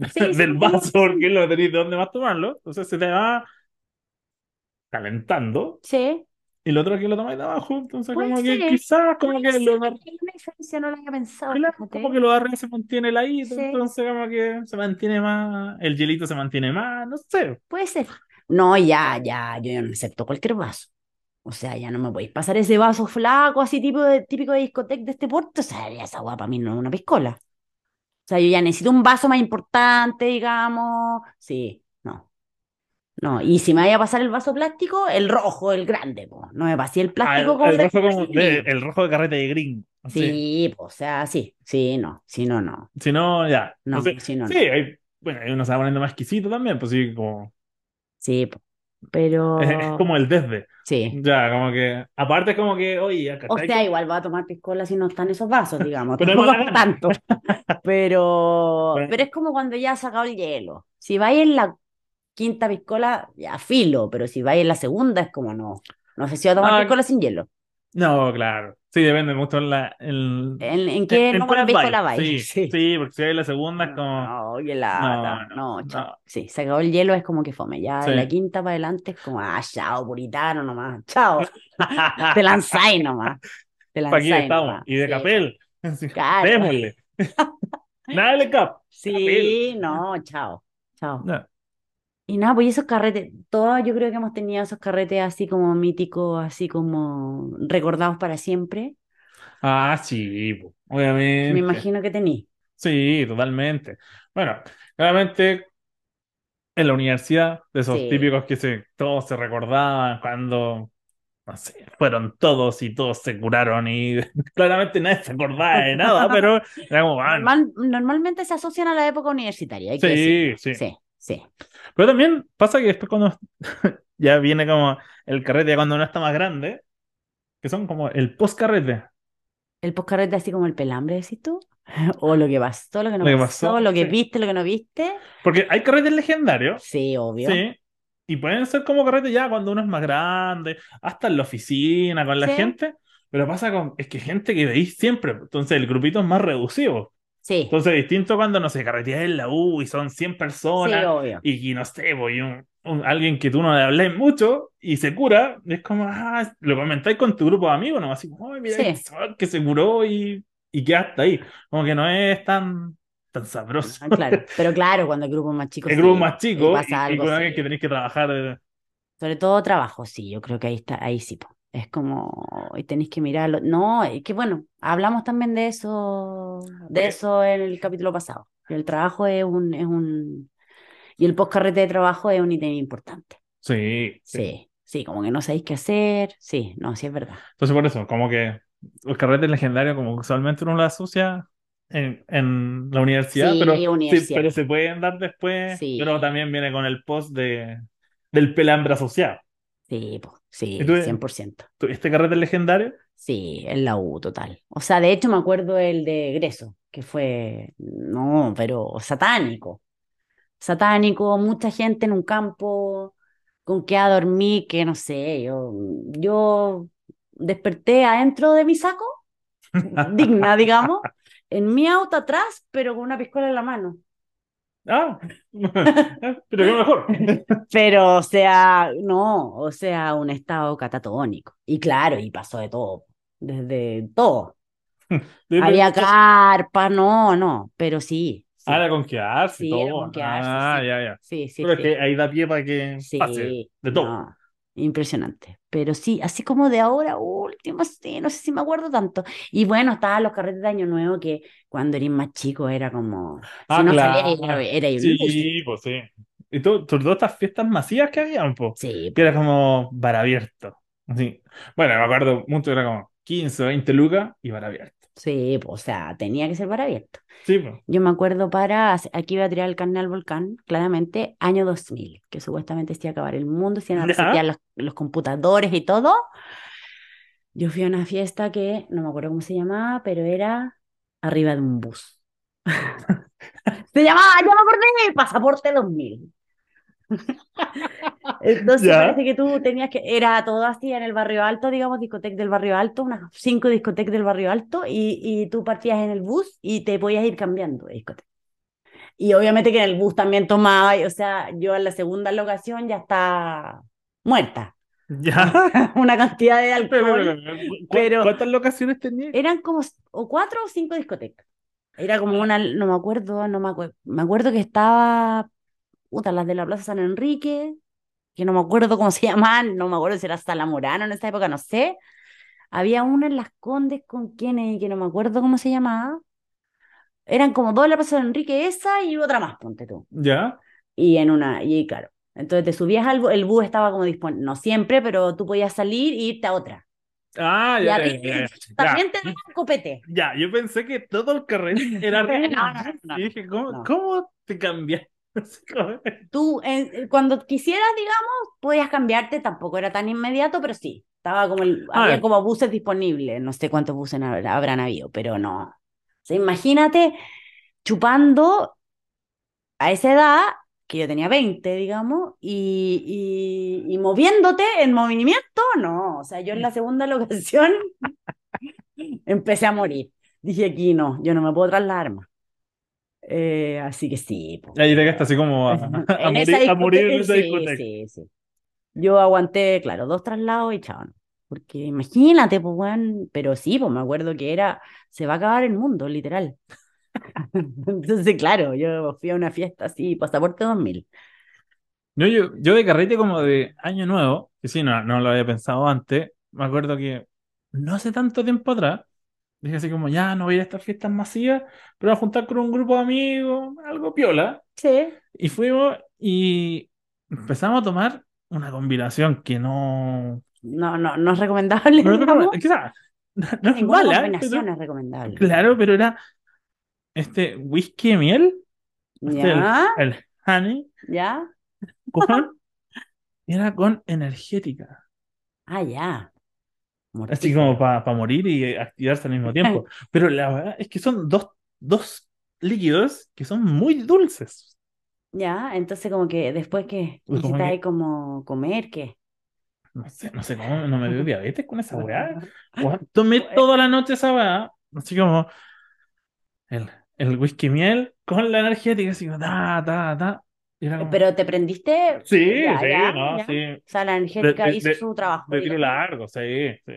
[SPEAKER 2] Sí, sí,
[SPEAKER 1] del
[SPEAKER 2] sí,
[SPEAKER 1] vaso,
[SPEAKER 2] sí.
[SPEAKER 1] porque no tenéis de dónde más tomarlo. Entonces se te va calentando.
[SPEAKER 2] Sí,
[SPEAKER 1] Y el otro que lo tomáis de abajo. Entonces,
[SPEAKER 2] Puede
[SPEAKER 1] como
[SPEAKER 2] ser.
[SPEAKER 1] que quizás, como
[SPEAKER 2] puede
[SPEAKER 1] que
[SPEAKER 2] ser
[SPEAKER 1] lo
[SPEAKER 2] que haya una diferencia, no lo había pensado,
[SPEAKER 1] Claro,
[SPEAKER 2] fíjate.
[SPEAKER 1] como que los barriles se mantiene heladito,
[SPEAKER 2] Sí.
[SPEAKER 1] entonces como que se mantiene más, el hielito se mantiene más, no sé.
[SPEAKER 2] Puede ser. No, ya, ya, yo ya no acepto cualquier vaso. O sea, ya no me podéis pasar ese vaso flaco, así tipo de, típico de discoteca de este puerto. O sea, ya esa guapa para mí no es una piscola. O sea, yo ya necesito un vaso más importante, digamos. Sí, no. No, y si me vaya a pasar el vaso plástico, el rojo, el grande, po. No me pasé el
[SPEAKER 1] Ah, el,
[SPEAKER 2] plástico con
[SPEAKER 1] el rojo como de,
[SPEAKER 2] Sí,
[SPEAKER 1] el rojo de carrete de gringo. así.
[SPEAKER 2] po, o sea, sí, sí, no, sí, no, no.
[SPEAKER 1] Si no, ya.
[SPEAKER 2] No,
[SPEAKER 1] Entonces,
[SPEAKER 2] sí, no,
[SPEAKER 1] sí,
[SPEAKER 2] no.
[SPEAKER 1] hay, bueno, ahí uno se va poniendo más exquisito también, pues sí, como,
[SPEAKER 2] Sí, po. Pero.
[SPEAKER 1] es, es como el desde.
[SPEAKER 2] Sí.
[SPEAKER 1] Ya, como que, aparte es como que, oye, acá
[SPEAKER 2] O
[SPEAKER 1] está-
[SPEAKER 2] sea, igual va a tomar piscola si no están esos vasos, digamos.
[SPEAKER 1] Pero
[SPEAKER 2] tampoco
[SPEAKER 1] no la
[SPEAKER 2] es tanto. Pero,
[SPEAKER 1] Bueno.
[SPEAKER 2] pero es como cuando ya has sacado el hielo. Si vais en la quinta piscola, ya filo, pero si vais en la segunda, es como no. No sé si va a tomar
[SPEAKER 1] Ah,
[SPEAKER 2] piscola sin hielo.
[SPEAKER 1] No, claro. Sí, depende mucho la, el...
[SPEAKER 2] ¿En, en qué
[SPEAKER 1] en- en
[SPEAKER 2] número
[SPEAKER 1] cuál
[SPEAKER 2] de piscola
[SPEAKER 1] vais.
[SPEAKER 2] vais?
[SPEAKER 1] Sí, sí, porque si hay la segunda es como...
[SPEAKER 2] No, qué lata.
[SPEAKER 1] No,
[SPEAKER 2] No,
[SPEAKER 1] no,
[SPEAKER 2] chao.
[SPEAKER 1] no.
[SPEAKER 2] Sí, se acabó el hielo, es como que fome. Ya de
[SPEAKER 1] Sí.
[SPEAKER 2] la quinta para adelante es como, ah, chao, puritano nomás. Chao. Te lanzáis nomás. Te
[SPEAKER 1] Pa' aquí
[SPEAKER 2] lanzáis
[SPEAKER 1] estamos.
[SPEAKER 2] nomás.
[SPEAKER 1] Y de
[SPEAKER 2] Sí,
[SPEAKER 1] capel.
[SPEAKER 2] Claro.
[SPEAKER 1] Démosle. Nada de cap.
[SPEAKER 2] Sí, no, chao, chao.
[SPEAKER 1] No.
[SPEAKER 2] Y nada, pues esos carretes, todos yo creo que hemos tenido esos carretes así como míticos, así como recordados para siempre.
[SPEAKER 1] Ah, sí, po,
[SPEAKER 2] Me
[SPEAKER 1] obviamente.
[SPEAKER 2] imagino que tení.
[SPEAKER 1] Sí, totalmente. Bueno, claramente en la universidad, de esos
[SPEAKER 2] Sí,
[SPEAKER 1] típicos que se, todos se recordaban cuando, no sé, fueron todos y todos se curaron y claramente nadie se acordaba de nada, pero era como, van.
[SPEAKER 2] Normal, normalmente se asocian a la época universitaria, hay que decirlo.
[SPEAKER 1] Sí, sí.
[SPEAKER 2] Sí, sí.
[SPEAKER 1] Pero también pasa que después cuando ya viene como el carrete, ya cuando uno está más grande, que son como el post-carrete,
[SPEAKER 2] El poscarrete así como el pelambre, decís tú. O lo que pasó, lo que no
[SPEAKER 1] lo que
[SPEAKER 2] pasó,
[SPEAKER 1] pasó,
[SPEAKER 2] lo que
[SPEAKER 1] sí.
[SPEAKER 2] viste, lo que no viste.
[SPEAKER 1] Porque hay carretes legendarios,
[SPEAKER 2] Sí, obvio.
[SPEAKER 1] sí, y pueden ser como carretes ya cuando uno es más grande, hasta en la oficina, con la
[SPEAKER 2] Sí,
[SPEAKER 1] gente, pero pasa con, es que gente que veis siempre, entonces el grupito es más reducido.
[SPEAKER 2] sí,
[SPEAKER 1] Entonces, distinto cuando, no sé, carreteas en la U y son 100
[SPEAKER 2] sí,
[SPEAKER 1] personas
[SPEAKER 2] obvio.
[SPEAKER 1] y, y no sé, voy un, un- alguien que tú no le hablás mucho y se cura, es como, ah, lo comentáis con tu grupo de amigos, nomás así, como, ay, mira,
[SPEAKER 2] Sí.
[SPEAKER 1] este weón que se curó y, y queda hasta ahí. Como que no es tan, tan sabroso.
[SPEAKER 2] Ah, claro. Pero claro, cuando el grupo es más chico,
[SPEAKER 1] El grupo
[SPEAKER 2] sí,
[SPEAKER 1] más
[SPEAKER 2] sí
[SPEAKER 1] chico y,
[SPEAKER 2] pasa
[SPEAKER 1] y
[SPEAKER 2] algo,
[SPEAKER 1] con alguien que
[SPEAKER 2] sí.
[SPEAKER 1] tenéis que trabajar. eh,
[SPEAKER 2] Sobre todo trabajo, sí, yo creo que ahí está, ahí sí, po. Es como, y tenéis que mirarlo. No, es que bueno, hablamos también de eso, de
[SPEAKER 1] Porque,
[SPEAKER 2] eso en el capítulo pasado. El trabajo es un, es un, y el postcarrete de trabajo es un ítem importante.
[SPEAKER 1] sí, sí.
[SPEAKER 2] Sí, sí, como que no sabéis qué hacer. Sí, no, sí es verdad.
[SPEAKER 1] Entonces, por eso, como que los carretes legendarios, como usualmente uno los asocia en, en la universidad,
[SPEAKER 2] Sí,
[SPEAKER 1] pero, sí, pero
[SPEAKER 2] universitario.
[SPEAKER 1] se pueden dar después, pero
[SPEAKER 2] Sí,
[SPEAKER 1] también viene con el post de, del pelambre asociado.
[SPEAKER 2] sí, po,
[SPEAKER 1] ¿Y
[SPEAKER 2] sí,
[SPEAKER 1] tú,
[SPEAKER 2] 100%.
[SPEAKER 1] tú- este carrete legendario?
[SPEAKER 2] Sí, en la U total. O sea, de hecho me acuerdo el de egreso, que fue, no, pero satánico. Satánico, mucha gente en un campo, con que a dormir, que no sé, yo, yo desperté adentro de mi saco, digna, digamos, en mi auto atrás, pero con una piscola en la mano.
[SPEAKER 1] Ah, pero qué mejor.
[SPEAKER 2] Pero, o sea, no, o sea, un estado catatónico. Y claro, y pasó de todo, desde todo. Había carpa, no, no, pero sí,
[SPEAKER 1] Ah,
[SPEAKER 2] sí,
[SPEAKER 1] era con quedarse y
[SPEAKER 2] sí, era
[SPEAKER 1] todo.
[SPEAKER 2] con quedarse,
[SPEAKER 1] Ah,
[SPEAKER 2] sí,
[SPEAKER 1] ya, ya.
[SPEAKER 2] sí, sí,
[SPEAKER 1] Pero es
[SPEAKER 2] sí,
[SPEAKER 1] que ahí da pie para que pase
[SPEAKER 2] sí,
[SPEAKER 1] de todo.
[SPEAKER 2] no, impresionante. Pero sí, así como de ahora, último, sí, no sé si me acuerdo tanto. Y bueno, estaban los carretes de Año Nuevo que cuando eres más chico era como, si
[SPEAKER 1] Ah,
[SPEAKER 2] no salías era,
[SPEAKER 1] claro.
[SPEAKER 2] era un lujo.
[SPEAKER 1] Sí, pues sí. Y tú, tú- todas estas fiestas masivas que habían, pues,
[SPEAKER 2] Sí,
[SPEAKER 1] que era
[SPEAKER 2] po,
[SPEAKER 1] como bar abierto. Así. Bueno, me acuerdo mucho, era como 15, 20 lucas y bar abierto.
[SPEAKER 2] sí, po, o sea, tenía que ser para abierto.
[SPEAKER 1] Sí, pues.
[SPEAKER 2] Yo me acuerdo para, aquí iba a tirar el carne al volcán, claramente, año 2000, que supuestamente se iba a acabar el mundo, se iban a resetear
[SPEAKER 1] Ya.
[SPEAKER 2] los, los computadores y todo. Yo fui a una fiesta que, no me acuerdo cómo se llamaba, pero era arriba de un bus. Se llamaba, ya me acordé, Pasaporte 2000. Entonces
[SPEAKER 1] Ya.
[SPEAKER 2] parece que tú tenías que, era todo así en el barrio alto, digamos, discoteca del barrio alto, unas cinco discotecas del barrio alto, y, y tú partías en el bus y te podías ir cambiando de discoteca. Y obviamente que en el bus también tomaba, y, o sea, yo en la segunda locación ya estaba muerta.
[SPEAKER 1] Ya.
[SPEAKER 2] Una cantidad de
[SPEAKER 1] Pero, pero,
[SPEAKER 2] alcohol,
[SPEAKER 1] pero, ¿cu-
[SPEAKER 2] pero Eh,
[SPEAKER 1] ¿Cuántas locaciones tenía?
[SPEAKER 2] eran como s- o cuatro o cinco discotecas. Era como una, no me acuerdo, no me acuerdo. Me acuerdo que estaba, puta, las de la Plaza San Enrique, que no me acuerdo cómo se llamaban, no me acuerdo si era Salamorano en esa época, no sé. Había una en Las Condes con Kennedy, que no me acuerdo cómo se llamaba. Eran como dos en la Plaza San Enrique, esa y otra más, ponte tú.
[SPEAKER 1] Ya.
[SPEAKER 2] y en una, y claro. Entonces te subías al bus, el bus estaba como disponible, no siempre, pero tú podías salir e irte a otra.
[SPEAKER 1] Ah,
[SPEAKER 2] Y
[SPEAKER 1] ya,
[SPEAKER 2] a
[SPEAKER 1] ya,
[SPEAKER 2] ti
[SPEAKER 1] ya, ya. Ya.
[SPEAKER 2] también te daban copete.
[SPEAKER 1] Ya, yo pensé que todo el carrete era arriba de un
[SPEAKER 2] No, no, no,
[SPEAKER 1] bus.
[SPEAKER 2] no,
[SPEAKER 1] Y dije, ¿cómo,
[SPEAKER 2] no.
[SPEAKER 1] cómo te cambiaste? Así como-
[SPEAKER 2] Tú, en- cuando quisieras, digamos, podías cambiarte, tampoco era tan inmediato, pero sí. Estaba como el, había
[SPEAKER 1] Ah,
[SPEAKER 2] como buses disponibles, no sé cuántos buses hab- habrán habido, pero no. O sea, imagínate chupando a esa edad, que yo tenía 20, digamos, y, y, y moviéndote en movimiento, no. O sea, yo en la segunda locación empecé a morir. Dije, aquí no, yo no me puedo trasladar más. Eh, así que sí, po.
[SPEAKER 1] ahí llegaste así como a, a
[SPEAKER 2] En esa
[SPEAKER 1] morir, a morir en esa
[SPEAKER 2] discoteca, sí,
[SPEAKER 1] discoteca.
[SPEAKER 2] sí, sí. Yo aguanté, claro, dos traslados y chao, ¿no? Porque imagínate, pues, weón, pero sí, pues me acuerdo que era, se va a acabar el mundo, literal. Entonces, claro, yo fui a una fiesta así, pasaporte 2000.
[SPEAKER 1] No, yo, yo de carrete como de año nuevo, que sí, no, no lo había pensado antes, me acuerdo que no hace tanto tiempo atrás, dije así como, ya, no voy a ir a estas fiestas masivas, pero voy a juntar con un grupo de amigos, algo piola.
[SPEAKER 2] Sí.
[SPEAKER 1] Y fuimos y empezamos a tomar una combinación que no...
[SPEAKER 2] No, no, no es recomendable.
[SPEAKER 1] no es
[SPEAKER 2] digamos.
[SPEAKER 1] quizás, no, no es
[SPEAKER 2] Ninguna
[SPEAKER 1] mala,
[SPEAKER 2] combinación
[SPEAKER 1] pero-
[SPEAKER 2] es recomendable.
[SPEAKER 1] claro, pero era este whisky de miel, este, el-
[SPEAKER 2] ¿Ya?
[SPEAKER 1] el honey,
[SPEAKER 2] ¿Ya?
[SPEAKER 1] con- era con energética.
[SPEAKER 2] Ah, ya.
[SPEAKER 1] Así
[SPEAKER 2] Mortífero.
[SPEAKER 1] como para morir y activarse al mismo tiempo. Pero la verdad es que son dos, dos líquidos que son muy dulces.
[SPEAKER 2] Ya, entonces como que después que
[SPEAKER 1] Uy, como
[SPEAKER 2] necesitas
[SPEAKER 1] que-
[SPEAKER 2] ahí como comer, ¿qué?
[SPEAKER 1] No sé, no sé cómo no me dio diabetes con esa weá. Weá, Tomé
[SPEAKER 2] eh.
[SPEAKER 1] toda la noche esa weá. Así como el, el whisky miel con la energética. Así como ta, ta, ta. Y era como,
[SPEAKER 2] Eh, Pero te prendiste,
[SPEAKER 1] sí,
[SPEAKER 2] ya,
[SPEAKER 1] sí,
[SPEAKER 2] ya,
[SPEAKER 1] no,
[SPEAKER 2] ya.
[SPEAKER 1] sí.
[SPEAKER 2] o sea, la energética
[SPEAKER 1] de-
[SPEAKER 2] hizo
[SPEAKER 1] de-
[SPEAKER 2] su trabajo.
[SPEAKER 1] De tiro
[SPEAKER 2] digamos.
[SPEAKER 1] largo, sí, sí.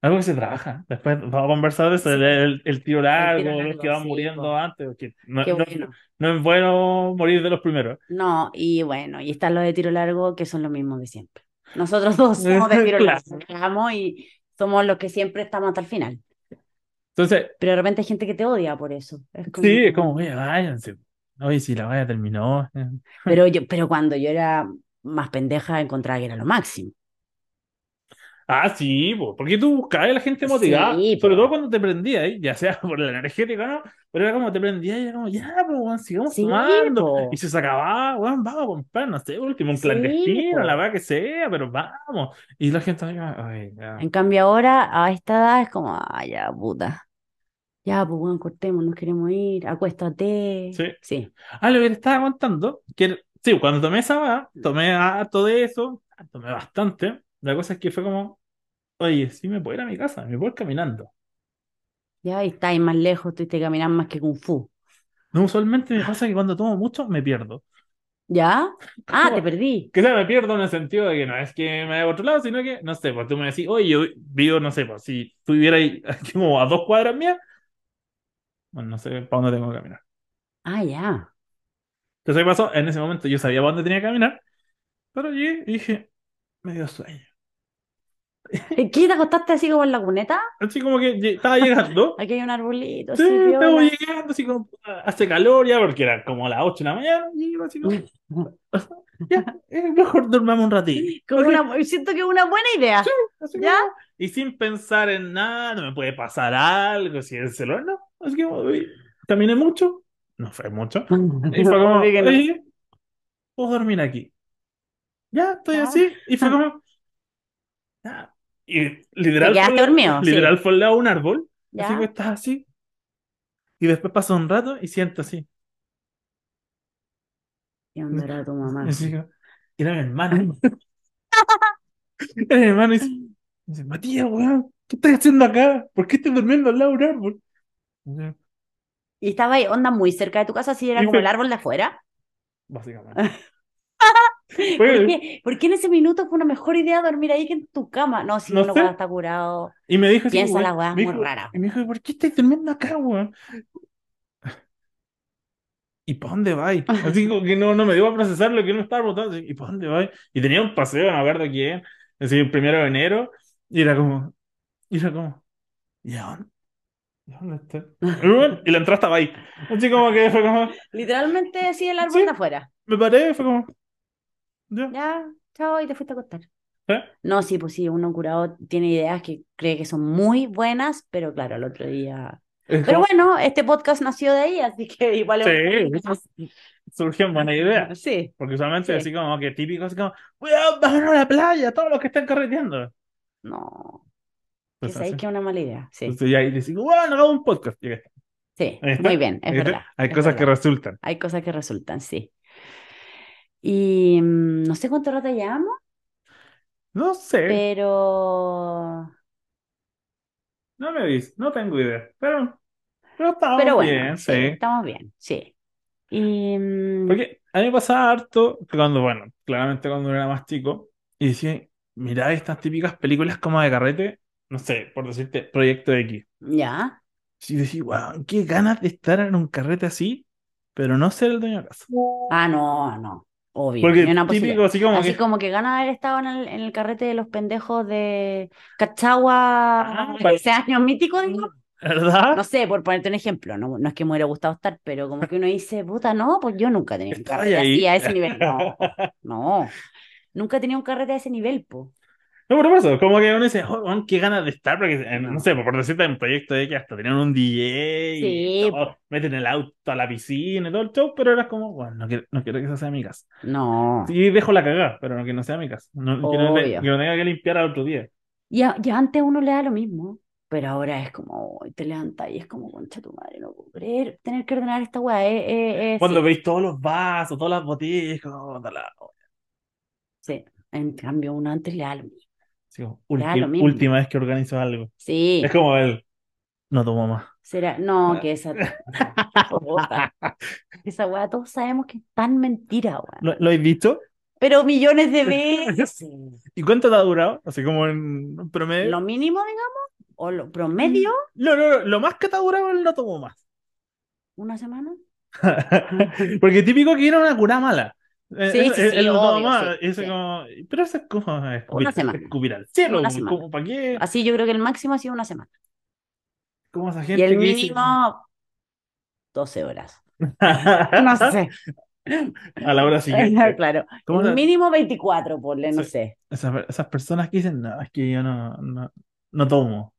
[SPEAKER 1] Algo que se trabaja. Después vamos a conversar de eso, el, el- el tiro largo, los
[SPEAKER 2] largo,
[SPEAKER 1] que van
[SPEAKER 2] sí,
[SPEAKER 1] muriendo
[SPEAKER 2] po.
[SPEAKER 1] antes. porque no-
[SPEAKER 2] Qué
[SPEAKER 1] no-
[SPEAKER 2] bueno.
[SPEAKER 1] No es bueno morir de los primeros.
[SPEAKER 2] No, y bueno, y están los de tiro largo que son los mismos de siempre. Nosotros dos somos de tiro
[SPEAKER 1] Claro.
[SPEAKER 2] largo, cagamos y somos los que siempre estamos hasta el final.
[SPEAKER 1] Entonces,
[SPEAKER 2] Pero de repente hay gente que te odia por eso. Es como-
[SPEAKER 1] sí, es como, oye, váyanse. Oye, si la vaya terminó.
[SPEAKER 2] Pero yo, pero cuando yo era más pendeja encontraba que era lo máximo.
[SPEAKER 1] Ah, sí, po, porque tú buscabas a la gente motivada.
[SPEAKER 2] Sí,
[SPEAKER 1] sobre
[SPEAKER 2] po.
[SPEAKER 1] todo cuando te prendías, ¿eh? ya sea por la energética o no. Pero era como te prendías y era como, ya, pues, weón, sigamos
[SPEAKER 2] Sí,
[SPEAKER 1] tomando.
[SPEAKER 2] po.
[SPEAKER 1] Y si se acababa, weón, vamos a comprar, no sé, último, un
[SPEAKER 2] Sí,
[SPEAKER 1] clandestino,
[SPEAKER 2] po.
[SPEAKER 1] la verdad que sea, pero vamos. Y la gente, ay, ya.
[SPEAKER 2] En cambio ahora, a esta edad, es como, ah, ya, puta. Ya, pues bueno, cortemos, nos queremos ir, acuéstate.
[SPEAKER 1] Sí.
[SPEAKER 2] Sí.
[SPEAKER 1] Ah, lo que te estaba contando, que el- sí, cuando tomé esa va, tomé harto de eso, tomé bastante. La cosa es que fue como, oye, sí me puedo ir a mi casa, me puedo ir caminando.
[SPEAKER 2] Ya ahí estáis más lejos, tuviste que caminar más que Kung Fu.
[SPEAKER 1] No, usualmente me pasa que cuando tomo mucho me pierdo.
[SPEAKER 2] ¿Ya? Ah, te
[SPEAKER 1] Como-
[SPEAKER 2] perdí.
[SPEAKER 1] Que sea, me pierdo en el sentido de que no es que me haya controlado, sino que, no sé, pues tú me decís, oye, yo vivo, no sé, pues si estuviera ahí aquí como a dos cuadras mías, bueno, no sé para dónde tengo que caminar.
[SPEAKER 2] Ah, ya.
[SPEAKER 1] Entonces, ¿qué pasó? En ese momento yo sabía para dónde tenía que caminar, pero llegué y dije, me dio sueño.
[SPEAKER 2] ¿Qué te acostaste así como en la cuneta?
[SPEAKER 1] Así como que lle- estaba llegando.
[SPEAKER 2] Aquí hay un arbolito,
[SPEAKER 1] Sí,
[SPEAKER 2] así, piola.
[SPEAKER 1] estaba llegando, así como puta, hace calor ya, porque era como las 8 de la mañana, y yo así como, ya, eh, mejor durmamos un ratito.
[SPEAKER 2] Como una- siento que es una buena idea.
[SPEAKER 1] Así como-
[SPEAKER 2] ¿Ya?
[SPEAKER 1] y sin pensar en nada, no me puede pasar algo, si es el celular, no. Así que uy, caminé mucho, no fue mucho. Y fue como,
[SPEAKER 2] Obvio que no.
[SPEAKER 1] oye, puedo dormir aquí. Ya, estoy
[SPEAKER 2] Ya.
[SPEAKER 1] así, y fue como, ya. Y literal,
[SPEAKER 2] Te quedaste
[SPEAKER 1] fue al-
[SPEAKER 2] dormido, sí.
[SPEAKER 1] literal fue al lado de un árbol. Así
[SPEAKER 2] ¿Ya?
[SPEAKER 1] que estás así. Y después pasa un rato y siento así.
[SPEAKER 2] ¿Qué onda era tu mamá?
[SPEAKER 1] Y así digo, era mi hermano. era mi hermano y dice, y dice, Matías, weón, ¿qué estás haciendo acá? ¿Por qué estás durmiendo al lado de un árbol? Y yo,
[SPEAKER 2] Y estaba ahí, onda muy cerca de tu casa, así era
[SPEAKER 1] Y
[SPEAKER 2] como el
[SPEAKER 1] fue-
[SPEAKER 2] árbol de afuera.
[SPEAKER 1] Básicamente.
[SPEAKER 2] ¿Por
[SPEAKER 1] Fue-
[SPEAKER 2] qué, por qué en ese minuto fue una mejor idea dormir ahí que en tu cama? No, si
[SPEAKER 1] No
[SPEAKER 2] no lo
[SPEAKER 1] sé.
[SPEAKER 2] está curado.
[SPEAKER 1] y me dijo así,
[SPEAKER 2] Piensa
[SPEAKER 1] weón,
[SPEAKER 2] las weas
[SPEAKER 1] me
[SPEAKER 2] muy
[SPEAKER 1] dijo-
[SPEAKER 2] raras.
[SPEAKER 1] y me dijo, ¿por qué estás durmiendo acá, weón? ¿Y para dónde vais? Así como que no, no me dio a procesar lo que uno estaba preguntando. así, ¿Y para dónde vais? Y tenía un paseo, no me acuerdo quién, así el primero de enero, y era como, y era como, ¿y a dónde? ¿Y a dónde está? Y bueno, y la entrada estaba ahí. Así como que fue como,
[SPEAKER 2] Literalmente así el árbol
[SPEAKER 1] Sí.
[SPEAKER 2] de afuera.
[SPEAKER 1] me paré y fue como, ya.
[SPEAKER 2] Ya, chao, y te fuiste a acostar.
[SPEAKER 1] ¿Eh?
[SPEAKER 2] No, sí, pues sí, uno curado tiene ideas que cree que son muy buenas, pero claro, al otro día.
[SPEAKER 1] Es
[SPEAKER 2] Pero
[SPEAKER 1] como-
[SPEAKER 2] bueno, este podcast nació de ahí, así que igual es un-
[SPEAKER 1] sí, surgió buena idea.
[SPEAKER 2] Sí.
[SPEAKER 1] Porque usualmente
[SPEAKER 2] Sí.
[SPEAKER 1] así como que típico, así como, weón, vámonos a la playa, todos los que están carreteando.
[SPEAKER 2] No, que
[SPEAKER 1] Entonces,
[SPEAKER 2] sabéis
[SPEAKER 1] Pues así.
[SPEAKER 2] que es una mala idea. Sí,
[SPEAKER 1] Entonces, y ahí decimos, bueno, hagamos un podcast. Y acá está.
[SPEAKER 2] sí,
[SPEAKER 1] Ahí está.
[SPEAKER 2] muy bien, es
[SPEAKER 1] Ahí está.
[SPEAKER 2] verdad.
[SPEAKER 1] Hay
[SPEAKER 2] es
[SPEAKER 1] cosas que
[SPEAKER 2] verdad.
[SPEAKER 1] resultan.
[SPEAKER 2] Hay cosas que resultan, sí. Y mm, no sé cuánto rato llevamos,
[SPEAKER 1] No sé,
[SPEAKER 2] pero.
[SPEAKER 1] no me dice, no tengo idea, pero, pero estábamos
[SPEAKER 2] Pero bueno,
[SPEAKER 1] bien,
[SPEAKER 2] sí,
[SPEAKER 1] sí.
[SPEAKER 2] estamos bien, sí. Y, mm,
[SPEAKER 1] Porque a mí me pasaba harto que cuando, bueno, claramente cuando era más chico, y decía, mirá estas típicas películas como de carrete, no sé, por decirte, Proyecto X.
[SPEAKER 2] ya.
[SPEAKER 1] Y decía, wow, qué ganas de estar en un carrete así, pero no ser el dueño de casa.
[SPEAKER 2] Ah, no, no. Obvio,
[SPEAKER 1] Porque
[SPEAKER 2] ni una
[SPEAKER 1] típico,
[SPEAKER 2] posibilidad.
[SPEAKER 1] así como
[SPEAKER 2] Así
[SPEAKER 1] que.
[SPEAKER 2] como que gana haber estado en el, en el carrete de los pendejos de Cachagua,
[SPEAKER 1] Ah, vale. Mm.
[SPEAKER 2] ese año mítico, digo.
[SPEAKER 1] ¿Verdad?
[SPEAKER 2] No sé, por ponerte un ejemplo, no, no es que me hubiera gustado estar, pero como que uno dice, puta, no, pues yo nunca he tenido un
[SPEAKER 1] Estaba
[SPEAKER 2] carrete
[SPEAKER 1] ahí.
[SPEAKER 2] así a ese nivel. No, no, nunca he tenido un carrete a ese nivel, po.
[SPEAKER 1] No, pero por eso, como que uno dice, oh, weón, qué ganas de estar, porque, eh, no
[SPEAKER 2] No.
[SPEAKER 1] sé, por decirte, en un proyecto de que hasta tenían un DJ, y
[SPEAKER 2] Sí.
[SPEAKER 1] todo, meten el auto a la piscina y todo el show, pero era como, bueno, no quiero, no quiero que esa sea mi casa.
[SPEAKER 2] No.
[SPEAKER 1] Sí, dejo la cagada, pero no que no sea mi casa. No, que, no, te-
[SPEAKER 2] Obvio.
[SPEAKER 1] que no tenga que limpiar al otro día.
[SPEAKER 2] Ya, ya antes uno le da lo mismo, pero ahora es como, "Uy, te levantas y es como, concha tu madre, no puedo creer, tener que ordenar esta weá, eh, eh, eh,
[SPEAKER 1] Cuando
[SPEAKER 2] sí,
[SPEAKER 1] veis todos los vasos, todas las botellas, como, puta la-
[SPEAKER 2] sí. En cambio, uno antes le da lo mismo.
[SPEAKER 1] así como,
[SPEAKER 2] Ya, lo
[SPEAKER 1] ulti-
[SPEAKER 2] mismo.
[SPEAKER 1] última vez que organizo algo.
[SPEAKER 2] Sí,
[SPEAKER 1] Es como el, no tomo más.
[SPEAKER 2] será, no, que esa, puta, esa weá, todos sabemos que es tan mentira, weá.
[SPEAKER 1] ¿Lo, lo habéis visto?
[SPEAKER 2] Pero millones de veces.
[SPEAKER 1] ¿Y cuánto te ha durado? Así como en promedio.
[SPEAKER 2] Lo mínimo, digamos, o lo promedio,
[SPEAKER 1] No, no, no, lo más que te ha durado es el no tomo más. Mm.
[SPEAKER 2] una semana.
[SPEAKER 1] Porque típico que era una cura mala. Eh,
[SPEAKER 2] Sí,
[SPEAKER 1] eso-
[SPEAKER 2] sí, sí,
[SPEAKER 1] el no tomo
[SPEAKER 2] obvio,
[SPEAKER 1] más.
[SPEAKER 2] sí,
[SPEAKER 1] Eso
[SPEAKER 2] sí.
[SPEAKER 1] como- pero eso es como escupir,
[SPEAKER 2] Una semana.
[SPEAKER 1] escupir al cielo.
[SPEAKER 2] Una
[SPEAKER 1] como-
[SPEAKER 2] semana.
[SPEAKER 1] como, ¿Para qué?
[SPEAKER 2] Así yo creo que el máximo ha sido una semana.
[SPEAKER 1] Como esa
[SPEAKER 2] Y
[SPEAKER 1] gente
[SPEAKER 2] el
[SPEAKER 1] que dice-
[SPEAKER 2] mínimo, 12 horas.
[SPEAKER 1] Ah,
[SPEAKER 2] No sé.
[SPEAKER 1] A la hora siguiente.
[SPEAKER 2] Claro.
[SPEAKER 1] ¿Cómo
[SPEAKER 2] el
[SPEAKER 1] la-
[SPEAKER 2] mínimo 24, ponle, no
[SPEAKER 1] Sí.
[SPEAKER 2] sé.
[SPEAKER 1] Esas, esas personas que dicen, no, es que yo no, no, no tomo.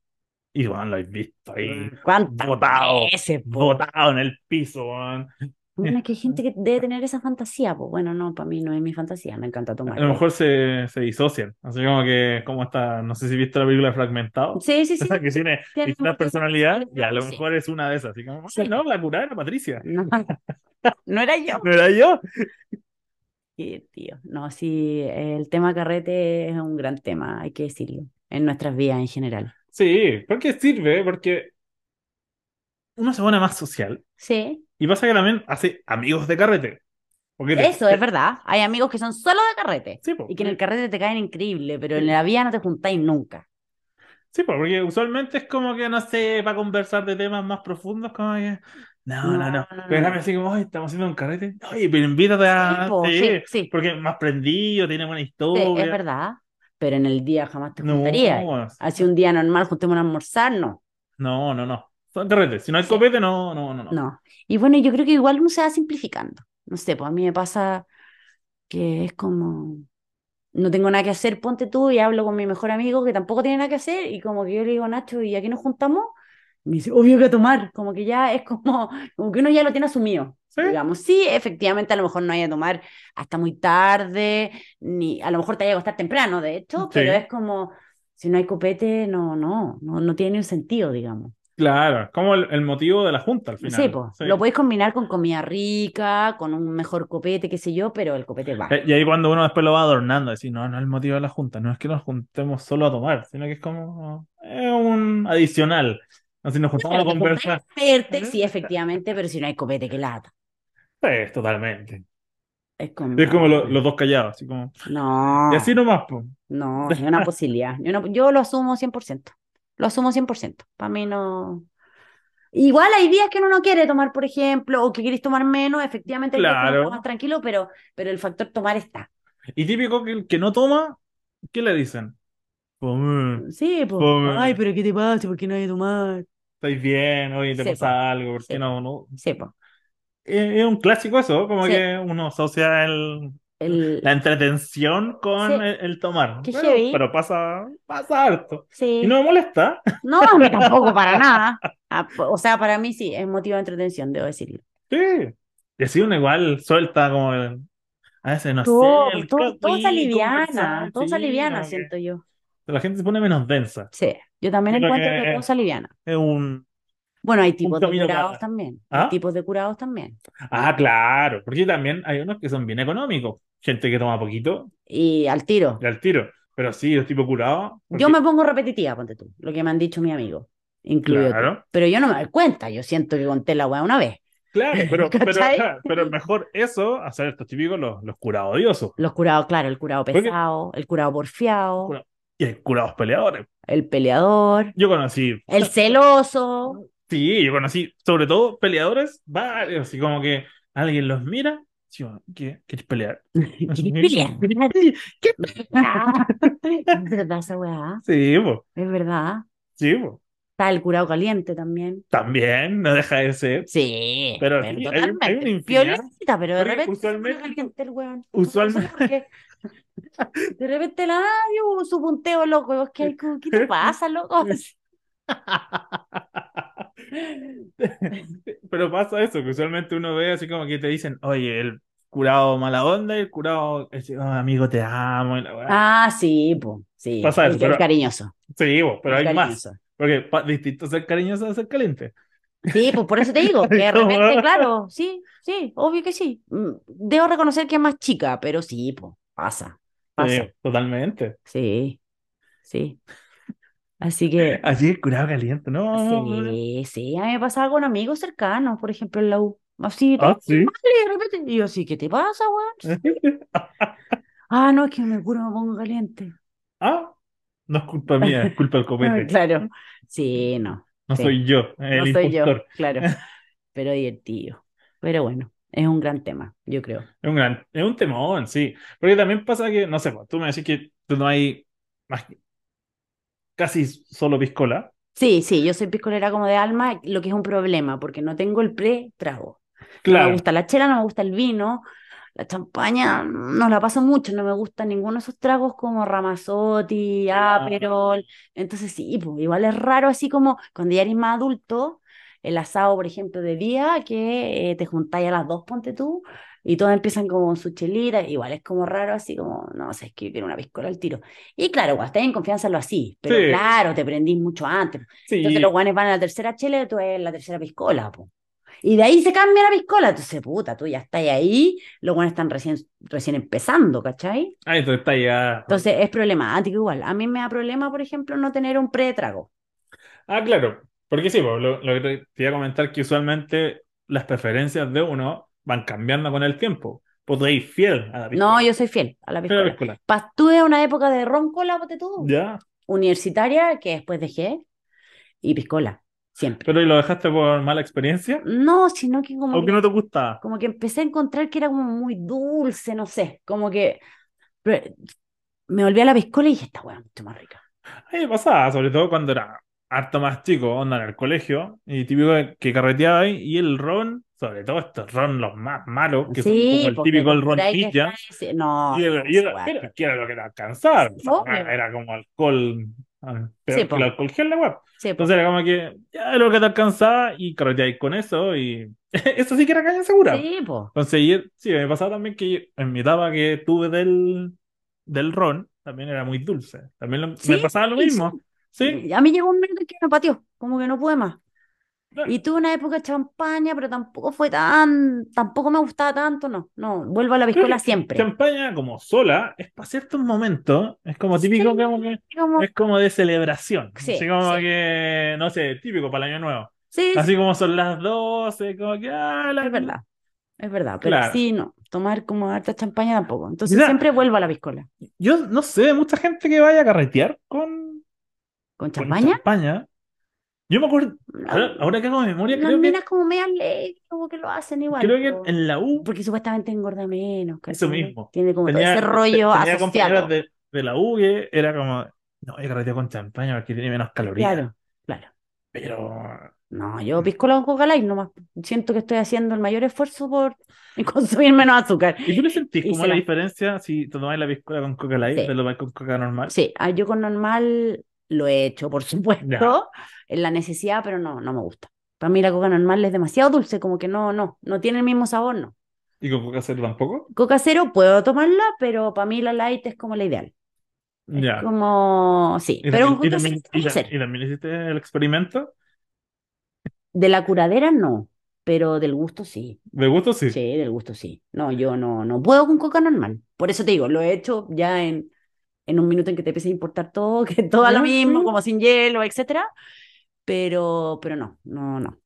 [SPEAKER 1] Y bueno, lo he visto ahí,
[SPEAKER 2] Mm. ¿Cuántas
[SPEAKER 1] Botado.
[SPEAKER 2] veces, po?
[SPEAKER 1] botado en el piso, weón.
[SPEAKER 2] Bueno, es que hay gente que debe tener esa fantasía, pues bueno, no, para mí no es mi fantasía, me encanta tomar.
[SPEAKER 1] A lo mejor se, se disocian. Así como que, como está, no sé si viste la película Fragmentado.
[SPEAKER 2] Sí, sí, sí.
[SPEAKER 1] que tiene
[SPEAKER 2] Tiene
[SPEAKER 1] distintas
[SPEAKER 2] muchas
[SPEAKER 1] personalidades y a lo
[SPEAKER 2] personalidades, sí.
[SPEAKER 1] mejor es una de esas. Así como,
[SPEAKER 2] Sí.
[SPEAKER 1] "Ah, no, la curada era Patricia.
[SPEAKER 2] No, no era yo.
[SPEAKER 1] ¿No era yo?
[SPEAKER 2] Sí, tío. No, sí, el tema carrete es un gran tema, hay que decirlo, en nuestras vidas en general.
[SPEAKER 1] Sí, porque sirve, porque uno se pone más social.
[SPEAKER 2] Sí,
[SPEAKER 1] Y pasa que también hace amigos de carrete. Porque te-
[SPEAKER 2] eso es verdad. Hay amigos que son solo de carrete
[SPEAKER 1] Sí, po.
[SPEAKER 2] y que en el carrete te caen increíble, pero en la vida no te juntáis nunca.
[SPEAKER 1] Sí, po, porque usualmente es como que, no sé, para conversar de temas más profundos, como que... No, no,
[SPEAKER 2] No,
[SPEAKER 1] no.
[SPEAKER 2] no, no,
[SPEAKER 1] Pero en
[SPEAKER 2] no.
[SPEAKER 1] cambio así como, "Ay, estamos haciendo un carrete. Oye, pero invítate a...
[SPEAKER 2] Sí, po,
[SPEAKER 1] Ah, sí,
[SPEAKER 2] sí, sí.
[SPEAKER 1] porque es más prendido, tiene buena
[SPEAKER 2] Sí, es
[SPEAKER 1] historia.
[SPEAKER 2] verdad, pero en el día jamás te
[SPEAKER 1] No,
[SPEAKER 2] juntarías. Así un día normal, juntémonos a almorzar, no,
[SPEAKER 1] no, no, no. Son carretes. Si no hay
[SPEAKER 2] Sí.
[SPEAKER 1] copete, no, no, no, no.
[SPEAKER 2] no. Y bueno, yo creo que igual uno se va simplificando. No sé, pues a mí me pasa que es como, no tengo nada que hacer, ponte tú y hablo con mi mejor amigo que tampoco tiene nada que hacer y como que yo le digo, Nacho, ¿y aquí nos juntamos? Me dice, obvio que a tomar, como que ya es como, como que uno ya lo tiene asumido.
[SPEAKER 1] ¿Sí?
[SPEAKER 2] Digamos, sí, efectivamente, a lo mejor no hay a tomar hasta muy tarde, ni a lo mejor te haya a acostar temprano, de hecho,
[SPEAKER 1] Sí.
[SPEAKER 2] pero es como, si no hay copete, no, no, no, no tiene un sentido, digamos.
[SPEAKER 1] Claro, es como el, el motivo de la junta al final.
[SPEAKER 2] Sí, po,
[SPEAKER 1] Sí.
[SPEAKER 2] lo podéis combinar con comida rica, con un mejor copete, qué sé yo, pero el copete va.
[SPEAKER 1] Eh, Y ahí cuando uno después lo va adornando, decir, no, no es el motivo de la junta, no es que nos juntemos solo a tomar, sino que es como eh, un adicional. Así nos juntamos
[SPEAKER 2] Claro,
[SPEAKER 1] a
[SPEAKER 2] te juntáis
[SPEAKER 1] conversar.
[SPEAKER 2] a
[SPEAKER 1] eh.
[SPEAKER 2] verte, sí, efectivamente, pero si no hay copete, qué lata.
[SPEAKER 1] Pues, totalmente.
[SPEAKER 2] Es como,
[SPEAKER 1] Es como lo- los dos callados, así como.
[SPEAKER 2] No,
[SPEAKER 1] Y así nomás, po.
[SPEAKER 2] no, es una posibilidad. Yo, no- yo lo asumo 100%. Lo asumo 100%. Para mí no. Igual hay días que uno no quiere tomar, por ejemplo, o que quieres tomar menos, efectivamente, hay días que uno está
[SPEAKER 1] Claro.
[SPEAKER 2] más tranquilo, pero, pero el factor tomar está.
[SPEAKER 1] Y típico que el que no toma, ¿qué le dicen? "Mm, Pum,
[SPEAKER 2] Sí, pues.
[SPEAKER 1] Pobre.
[SPEAKER 2] Ay, pero ¿qué te pasa? ¿Por qué no hay que tomar?
[SPEAKER 1] estáis bien, oye, te
[SPEAKER 2] Sí,
[SPEAKER 1] pasa
[SPEAKER 2] po.
[SPEAKER 1] algo, ¿por qué
[SPEAKER 2] Sí,
[SPEAKER 1] no? no?
[SPEAKER 2] Sí, pues.
[SPEAKER 1] Eh, Es un clásico eso, como
[SPEAKER 2] Sí.
[SPEAKER 1] que uno asocia el,
[SPEAKER 2] El...
[SPEAKER 1] la entretención con
[SPEAKER 2] Sí.
[SPEAKER 1] el, el tomar.
[SPEAKER 2] Qué
[SPEAKER 1] Pero,
[SPEAKER 2] heavy.
[SPEAKER 1] pero pasa, pasa harto.
[SPEAKER 2] Sí.
[SPEAKER 1] Y no me molesta.
[SPEAKER 2] No, a mí tampoco, para nada. Ah, po- O sea, para mí sí, es motivo de entretención, debo decirlo.
[SPEAKER 1] Sí. Y así uno igual suelta como el- a veces no
[SPEAKER 2] Todo,
[SPEAKER 1] sé, el
[SPEAKER 2] todo, todo se
[SPEAKER 1] cockpit,
[SPEAKER 2] aliviana,
[SPEAKER 1] conversar,
[SPEAKER 2] todo se
[SPEAKER 1] sí,
[SPEAKER 2] aliviana,
[SPEAKER 1] como que
[SPEAKER 2] siento yo.
[SPEAKER 1] la gente se pone menos densa.
[SPEAKER 2] Sí, yo también
[SPEAKER 1] Creo
[SPEAKER 2] encuentro
[SPEAKER 1] que-
[SPEAKER 2] que todo se aliviana.
[SPEAKER 1] Es un.
[SPEAKER 2] Bueno, hay tipos de
[SPEAKER 1] camino
[SPEAKER 2] curados
[SPEAKER 1] para-
[SPEAKER 2] también.
[SPEAKER 1] ¿Ah?
[SPEAKER 2] Hay tipos de curados también.
[SPEAKER 1] Ah, claro. Porque también hay unos que son bien económicos. Gente que toma poquito
[SPEAKER 2] Y al tiro.
[SPEAKER 1] y al tiro. Pero sí, los tipos curados. porque-
[SPEAKER 2] Yo me pongo repetitiva, ponte tú, lo que me han dicho mis amigos, incluido tú.
[SPEAKER 1] Claro.
[SPEAKER 2] Pero yo no me doy cuenta, yo siento que conté la weá una vez.
[SPEAKER 1] Claro, pero, pero,
[SPEAKER 2] ¿Cachai?
[SPEAKER 1] claro, pero mejor eso, hacer estos típicos los, los curados odiosos.
[SPEAKER 2] Los curados, claro, el curado
[SPEAKER 1] Porque-
[SPEAKER 2] pesado, el curado porfiado,
[SPEAKER 1] Cura- Y hay curados peleadores.
[SPEAKER 2] el peleador,
[SPEAKER 1] Yo conocí
[SPEAKER 2] el celoso.
[SPEAKER 1] Sí, yo conocí sobre todo peleadores varios, así como que alguien los mira, Sí, bueno, ¿qué? ¿Quieres pelear?
[SPEAKER 2] ¿Quieres pelear?
[SPEAKER 1] ¿Qué?
[SPEAKER 2] Es verdad esa weá,
[SPEAKER 1] Sí, po,
[SPEAKER 2] es verdad.
[SPEAKER 1] sí, po.
[SPEAKER 2] Está el curado caliente también.
[SPEAKER 1] También, no deja de ser.
[SPEAKER 2] Sí,
[SPEAKER 1] Pero sí, hay un- hay una
[SPEAKER 2] totalmente.
[SPEAKER 1] infinidad.
[SPEAKER 2] Violenta, pero
[SPEAKER 1] Porque
[SPEAKER 2] de repente se pone
[SPEAKER 1] usualmente-
[SPEAKER 2] caliente el weón.
[SPEAKER 1] usualmente-
[SPEAKER 2] No sé por qué. De repente la dio su punteo loco. Y vos, ¿qué, hay? ¿Qué te pasa, loco?
[SPEAKER 1] Pero pasa eso, que usualmente uno ve así como que te dicen, oye, el curado mala onda y el curado, ese, "Oh, amigo, te amo. y la weá.
[SPEAKER 2] Ah, sí, po, sí.
[SPEAKER 1] Pasa eso,
[SPEAKER 2] el, el
[SPEAKER 1] pero-
[SPEAKER 2] cariñoso.
[SPEAKER 1] Sí, po, pero
[SPEAKER 2] el
[SPEAKER 1] hay más.
[SPEAKER 2] cariñoso.
[SPEAKER 1] Porque pa- distinto ser cariñoso a ser caliente.
[SPEAKER 2] Sí, pues por eso te digo, que de
[SPEAKER 1] ¿Cómo?
[SPEAKER 2] repente, claro, sí, sí, obvio que sí. Mm, Debo reconocer que es más chica, pero sí, pues, pasa, pasa,
[SPEAKER 1] Sí, totalmente.
[SPEAKER 2] sí, sí. Así que,
[SPEAKER 1] Así el curado caliente, ¿no?
[SPEAKER 2] sí, sí, a mí me pasaba con amigos cercanos, por ejemplo, en la U, así,
[SPEAKER 1] Ah, sí.
[SPEAKER 2] y de repente, y yo así, ¿qué te pasa, weón? Ah, no, es que me curo, me pongo caliente.
[SPEAKER 1] Ah, no es culpa mía, es culpa del
[SPEAKER 2] Ah,
[SPEAKER 1] comete.
[SPEAKER 2] claro, sí, no,
[SPEAKER 1] No
[SPEAKER 2] sí.
[SPEAKER 1] soy yo,
[SPEAKER 2] no
[SPEAKER 1] el
[SPEAKER 2] soy yo,
[SPEAKER 1] impostor.
[SPEAKER 2] claro, pero divertido, pero bueno, es un gran tema, yo creo.
[SPEAKER 1] Es un gran, es un temón, sí. Porque también pasa que, no sé, pues, tú me decís que tú no hay más que- casi solo piscola.
[SPEAKER 2] Sí, sí, yo soy piscolera como de alma, lo que es un problema, porque no tengo el pre-trago. No me
[SPEAKER 1] Claro,
[SPEAKER 2] gusta la chela, no me gusta el vino, la champaña, no la paso mucho, no me gusta ninguno de esos tragos como Ramazzotti,
[SPEAKER 1] Ah.
[SPEAKER 2] Aperol. Entonces sí, pues, igual es raro así como cuando ya eres más adulto, el asado, por ejemplo, de día, que eh, te juntáis a las dos, ponte tú, y todos empiezan como con su chelita, igual es como raro así como, no sé, es que viene una piscola al tiro. Y claro, cuando estás en confianza lo así, pero
[SPEAKER 1] Sí.
[SPEAKER 2] claro, te prendís mucho antes. Entonces
[SPEAKER 1] sí.
[SPEAKER 2] los guanes van a la tercera chela y tú eres la tercera piscola, po. Y de ahí se cambia la piscola. Entonces, puta, tú ya estás ahí, los guanes están recién, recién empezando, ¿cachai?
[SPEAKER 1] Ah, entonces está ya.
[SPEAKER 2] Entonces es problemático igual. A mí me da problema, por ejemplo, no tener un pretrago.
[SPEAKER 1] Ah, claro. Porque sí, pues, lo, lo que te- te iba a comentar que usualmente las preferencias de uno van cambiando con el tiempo. Pues tú eres fiel a la
[SPEAKER 2] No,
[SPEAKER 1] piscola.
[SPEAKER 2] yo soy fiel a la
[SPEAKER 1] Fiel a la
[SPEAKER 2] piscola.
[SPEAKER 1] piscola.
[SPEAKER 2] Pastuve una época de roncola, ponte tú,
[SPEAKER 1] Ya.
[SPEAKER 2] universitaria, que después dejé, y piscola, siempre.
[SPEAKER 1] Pero ¿y lo dejaste por mala experiencia?
[SPEAKER 2] No, sino que como
[SPEAKER 1] ¿O
[SPEAKER 2] que
[SPEAKER 1] que no te gusta?
[SPEAKER 2] como que empecé a encontrar que era como muy dulce, no sé, como que pero, me volví a la piscola y dije, esta weá es mucho más rica.
[SPEAKER 1] A mí me pasaba, sobre todo cuando era harto más chico, onda en el colegio, y típico que carreteaba ahí, y el ron, sobre todo estos ron los más malos, que son
[SPEAKER 2] Sí,
[SPEAKER 1] como el
[SPEAKER 2] porque
[SPEAKER 1] típico el ron
[SPEAKER 2] compráis que
[SPEAKER 1] ninja,
[SPEAKER 2] está ese- No,
[SPEAKER 1] y era,
[SPEAKER 2] no,
[SPEAKER 1] y
[SPEAKER 2] esa
[SPEAKER 1] era-
[SPEAKER 2] weá.
[SPEAKER 1] era- que era lo que era alcanzar, o sea,
[SPEAKER 2] Obvio.
[SPEAKER 1] era, era como alcohol, ah, peor
[SPEAKER 2] Sí,
[SPEAKER 1] que
[SPEAKER 2] po.
[SPEAKER 1] el alcohol gel, la web.
[SPEAKER 2] Sí, pues,
[SPEAKER 1] Entonces era como que ya era lo que te alcanzaba y carreteáis con eso, y eso sí que era caña segura.
[SPEAKER 2] sí, po.
[SPEAKER 1] Conseguir, sí, me pasaba también que en mi etapa que tuve del, del ron, también era muy dulce. También lo-
[SPEAKER 2] Sí,
[SPEAKER 1] me pasaba lo
[SPEAKER 2] sí.
[SPEAKER 1] mismo. Sí,
[SPEAKER 2] A mí llegó un momento en que me pateó, como que no pude más.
[SPEAKER 1] Claro.
[SPEAKER 2] Y tuve una época de champaña, pero tampoco fue tan, tampoco me gustaba tanto, no, no, vuelvo a la
[SPEAKER 1] Creo
[SPEAKER 2] piscola
[SPEAKER 1] que
[SPEAKER 2] siempre.
[SPEAKER 1] Champaña como sola es para ciertos momentos, es como típico
[SPEAKER 2] Sí,
[SPEAKER 1] como que-
[SPEAKER 2] como-
[SPEAKER 1] es como de celebración,
[SPEAKER 2] Sí,
[SPEAKER 1] así como
[SPEAKER 2] sí.
[SPEAKER 1] que, no sé, típico para el año nuevo.
[SPEAKER 2] sí,
[SPEAKER 1] Así como son las 12, como que, ah, la-
[SPEAKER 2] Es verdad, es verdad, pero
[SPEAKER 1] Claro.
[SPEAKER 2] sí, no, tomar como harta champaña tampoco. Entonces
[SPEAKER 1] Mira.
[SPEAKER 2] siempre vuelvo a la piscola.
[SPEAKER 1] Yo no sé, mucha gente que vaya a carretear con,
[SPEAKER 2] ¿Con
[SPEAKER 1] con
[SPEAKER 2] champaña?
[SPEAKER 1] champaña. Yo me acuerdo, ahora,
[SPEAKER 2] Las
[SPEAKER 1] ahora que hago memoria,
[SPEAKER 2] las
[SPEAKER 1] Ah, creo que,
[SPEAKER 2] minas como medias ley, como que lo hacen igual.
[SPEAKER 1] creo que
[SPEAKER 2] po.
[SPEAKER 1] en la U,
[SPEAKER 2] Porque supuestamente engorda menos,
[SPEAKER 1] eso
[SPEAKER 2] ¿cachai?
[SPEAKER 1] mismo.
[SPEAKER 2] Tiene como todo
[SPEAKER 1] Tenía,
[SPEAKER 2] ese
[SPEAKER 1] te-
[SPEAKER 2] rollo
[SPEAKER 1] tenía compañeras
[SPEAKER 2] asociado.
[SPEAKER 1] de, de la U que era como, no, yo carreteo con champaña porque tiene menos calorías.
[SPEAKER 2] Claro, claro.
[SPEAKER 1] Pero
[SPEAKER 2] No, yo
[SPEAKER 1] Mm.
[SPEAKER 2] piscola con coca light nomás. Siento que estoy haciendo el mayor esfuerzo por consumir menos azúcar.
[SPEAKER 1] ¿Y tú le sentís
[SPEAKER 2] Y
[SPEAKER 1] como la
[SPEAKER 2] se la-
[SPEAKER 1] diferencia si te tomáis la piscola con coca light
[SPEAKER 2] Sí.
[SPEAKER 1] de lo con coca normal?
[SPEAKER 2] Sí, ah, yo con normal lo he hecho, por supuesto, en la necesidad, pero no, no me gusta. Para mí la coca normal es demasiado dulce, como que no, no, no tiene el mismo sabor, no.
[SPEAKER 1] ¿Y con coca cero tampoco?
[SPEAKER 2] Coca cero puedo tomarla, pero para mí la light es como la ideal. Es
[SPEAKER 1] Ya.
[SPEAKER 2] como, sí,
[SPEAKER 1] ¿Y
[SPEAKER 2] pero
[SPEAKER 1] también, y
[SPEAKER 2] con coca
[SPEAKER 1] también-
[SPEAKER 2] cero
[SPEAKER 1] y
[SPEAKER 2] puede
[SPEAKER 1] ta-
[SPEAKER 2] ser.
[SPEAKER 1] y también hiciste el experimento?
[SPEAKER 2] De la curadera no, pero del gusto sí.
[SPEAKER 1] De gusto sí.
[SPEAKER 2] Sí, del gusto sí. No, yo no, no puedo con coca normal. Por eso te digo, lo he hecho ya en, en un minuto en que te empieza a importar todo, que todo a lo
[SPEAKER 1] Ujú.
[SPEAKER 2] mismo, como sin hielo, etcétera. Pero, pero no, no, no.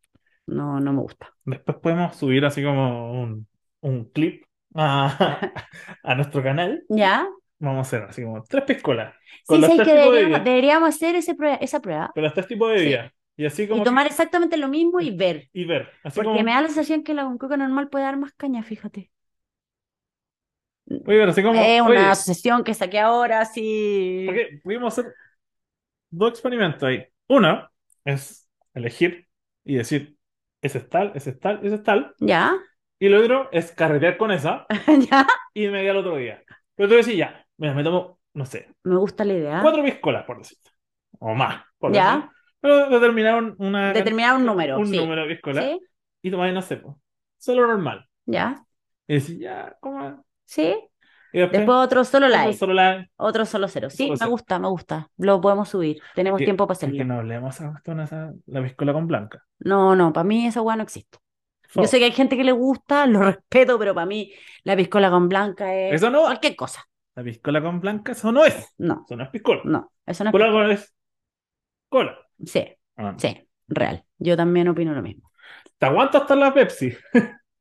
[SPEAKER 2] No, no me gusta.
[SPEAKER 1] Después podemos subir así como un, un clip a, a nuestro canal.
[SPEAKER 2] ¿Ya?
[SPEAKER 1] Vamos a hacer así como tres piscolas. Con
[SPEAKER 2] Sí,
[SPEAKER 1] los
[SPEAKER 2] sí,
[SPEAKER 1] tres
[SPEAKER 2] que
[SPEAKER 1] tipos de
[SPEAKER 2] deberíamos,
[SPEAKER 1] bebidas.
[SPEAKER 2] deberíamos hacer ese prue- esa prueba
[SPEAKER 1] Con los tres tipos este de
[SPEAKER 2] Sí.
[SPEAKER 1] bebidas. Y así
[SPEAKER 2] y
[SPEAKER 1] como.
[SPEAKER 2] tomar exactamente lo mismo y ver.
[SPEAKER 1] Y ver. Así
[SPEAKER 2] Porque
[SPEAKER 1] como.
[SPEAKER 2] me da la sensación que la con coca normal puede dar más caña, fíjate.
[SPEAKER 1] Oye, pero así como. oye,
[SPEAKER 2] Es una asociación que saqué ahora, sí.
[SPEAKER 1] porque pudimos hacer dos experimentos ahí. Uno es elegir y decir, ese es tal, ese es tal, ese es tal.
[SPEAKER 2] ¿Ya?
[SPEAKER 1] Y lo otro es carretear con esa
[SPEAKER 2] ¿Ya?
[SPEAKER 1] y me voy al otro día. Pero tú decís, ya, mira, me tomo, no sé,
[SPEAKER 2] Me gusta la idea.
[SPEAKER 1] cuatro piscolas, por decirte. O más, por
[SPEAKER 2] Ah. Ya.
[SPEAKER 1] decirte. Pero determinaron una,
[SPEAKER 2] Determinar un número,
[SPEAKER 1] un
[SPEAKER 2] sí.
[SPEAKER 1] número de piscolas
[SPEAKER 2] ¿Sí?
[SPEAKER 1] y tomáis, no sé, po, solo normal.
[SPEAKER 2] ¿Ya?
[SPEAKER 1] Y decís, ya, coma.
[SPEAKER 2] ¿Sí?
[SPEAKER 1] Y después,
[SPEAKER 2] Después otro solo like,
[SPEAKER 1] solo la...
[SPEAKER 2] otro solo cero. Sí,
[SPEAKER 1] Solo
[SPEAKER 2] me
[SPEAKER 1] cero.
[SPEAKER 2] gusta, me gusta. Lo podemos subir. Tenemos
[SPEAKER 1] Que-
[SPEAKER 2] tiempo para
[SPEAKER 1] Que
[SPEAKER 2] hacerlo.
[SPEAKER 1] no hablemos a Gastón esa, la piscola con blanca.
[SPEAKER 2] No, no, para mí esa weá no existe. Yo
[SPEAKER 1] Fo.
[SPEAKER 2] sé que hay gente que le gusta, lo respeto, pero para mí la piscola con blanca es
[SPEAKER 1] Eso no,
[SPEAKER 2] cualquier cosa.
[SPEAKER 1] la piscola con blanca, eso no es.
[SPEAKER 2] No,
[SPEAKER 1] Eso no es piscola.
[SPEAKER 2] no, eso no es.
[SPEAKER 1] Por algo es cola.
[SPEAKER 2] Sí,
[SPEAKER 1] Ah.
[SPEAKER 2] sí, real. Yo también opino lo mismo.
[SPEAKER 1] Te aguanto hasta la Pepsi,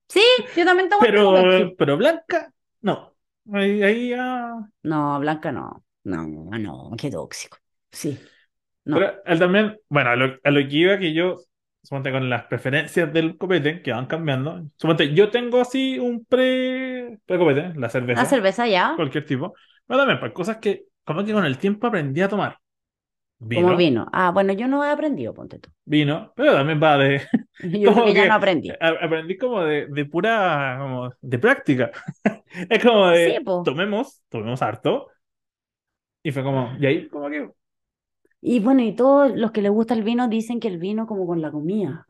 [SPEAKER 2] Sí, yo también tomo
[SPEAKER 1] pero,
[SPEAKER 2] Pepsi.
[SPEAKER 1] pero blanca, no. Ahí, ahí ah, ya.
[SPEAKER 2] No, blanca no. No, no, qué tóxico. Sí. No.
[SPEAKER 1] Pero él también, bueno, a lo, a lo que iba que yo, suponte con las preferencias del copete que van cambiando. Suponte, yo tengo así un pre, pre copete, la cerveza,
[SPEAKER 2] La Ah, cerveza ya,
[SPEAKER 1] cualquier tipo. Pero también para cosas que, como que con el tiempo aprendí a tomar.
[SPEAKER 2] como
[SPEAKER 1] Vino,
[SPEAKER 2] vino. Ah, bueno, yo no he aprendido, ponte tú.
[SPEAKER 1] vino, pero también va de,
[SPEAKER 2] Yo creo
[SPEAKER 1] Como
[SPEAKER 2] que ya
[SPEAKER 1] que-
[SPEAKER 2] no aprendí.
[SPEAKER 1] a- aprendí como de, de pura, como de práctica. Es como de,
[SPEAKER 2] Sí, po.
[SPEAKER 1] tomemos, tomemos harto. Y fue como, y ahí como que,
[SPEAKER 2] Y bueno, y todos los que les gusta el vino dicen que el vino como con la comida.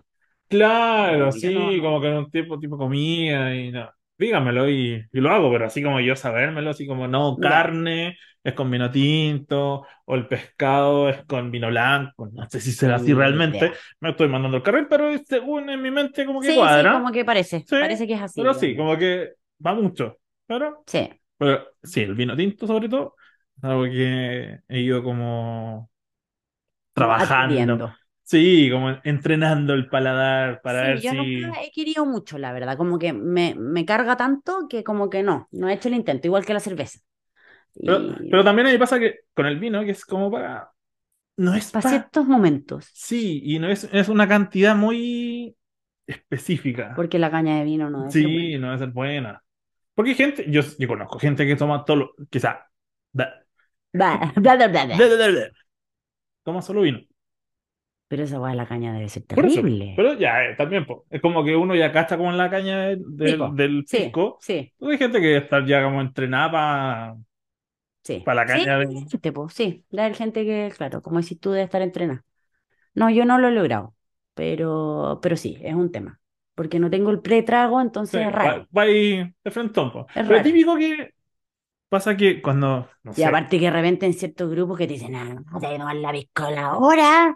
[SPEAKER 1] claro,
[SPEAKER 2] No, yo
[SPEAKER 1] sí,
[SPEAKER 2] no, no.
[SPEAKER 1] como que en un tiempo tipo comía y no. Dígamelo y, y lo hago, pero así como yo sabérmelo, así como no,
[SPEAKER 2] Ya.
[SPEAKER 1] carne es con vino tinto, o el pescado es con vino blanco, no sé si será así
[SPEAKER 2] Ni
[SPEAKER 1] realmente,
[SPEAKER 2] idea.
[SPEAKER 1] me estoy mandando el carril, pero según en mi mente como que
[SPEAKER 2] Sí, sí,
[SPEAKER 1] cuadra,
[SPEAKER 2] como que parece,
[SPEAKER 1] Sí,
[SPEAKER 2] parece que es así.
[SPEAKER 1] pero sí,
[SPEAKER 2] digamos.
[SPEAKER 1] como que va mucho, pero
[SPEAKER 2] Sí,
[SPEAKER 1] Pero sí, el vino tinto sobre todo, es algo que he ido como trabajando.
[SPEAKER 2] adquiriendo.
[SPEAKER 1] Sí, como entrenando el paladar para
[SPEAKER 2] Sí,
[SPEAKER 1] ver
[SPEAKER 2] yo
[SPEAKER 1] si...
[SPEAKER 2] nunca he querido mucho, la verdad, como que me, me carga tanto que como que no, no he hecho el intento, igual que la cerveza.
[SPEAKER 1] Pero,
[SPEAKER 2] Y
[SPEAKER 1] pero también ahí pasa que con el vino, que es como para... No es
[SPEAKER 2] para
[SPEAKER 1] pa-
[SPEAKER 2] ciertos momentos,
[SPEAKER 1] Sí, y no es, es una cantidad muy específica.
[SPEAKER 2] porque la caña de vino no es...
[SPEAKER 1] Sí, no debe ser buena. Porque hay gente, yo, yo conozco gente que toma todo, lo- quizá, da-
[SPEAKER 2] Bla, bla, bla, bla, bla.
[SPEAKER 1] da- da- da- da- toma solo vino.
[SPEAKER 2] Pero esa weá de la caña debe ser
[SPEAKER 1] Por eso,
[SPEAKER 2] terrible.
[SPEAKER 1] pero ya, eh, también, po. es como que uno ya cacha como en la caña de- del,
[SPEAKER 2] Pico,
[SPEAKER 1] del
[SPEAKER 2] Sí,
[SPEAKER 1] pisco.
[SPEAKER 2] sí,
[SPEAKER 1] Hay gente que está ya como entrenada para
[SPEAKER 2] sí.
[SPEAKER 1] pa la
[SPEAKER 2] Sí,
[SPEAKER 1] caña de...
[SPEAKER 2] gente, po, sí, debe haber gente que, claro, como dices tú, debe estar entrenada. No, yo no lo he logrado, pero, pero sí, es un tema, porque no tengo el pretrago, entonces es raro.
[SPEAKER 1] Va, va ahí de frente, po. Pero
[SPEAKER 2] raro.
[SPEAKER 1] típico que pasa que cuando, no
[SPEAKER 2] Y
[SPEAKER 1] sé,
[SPEAKER 2] aparte que reventen ciertos grupos que te dicen, ah, te que tomar la piscola ahora.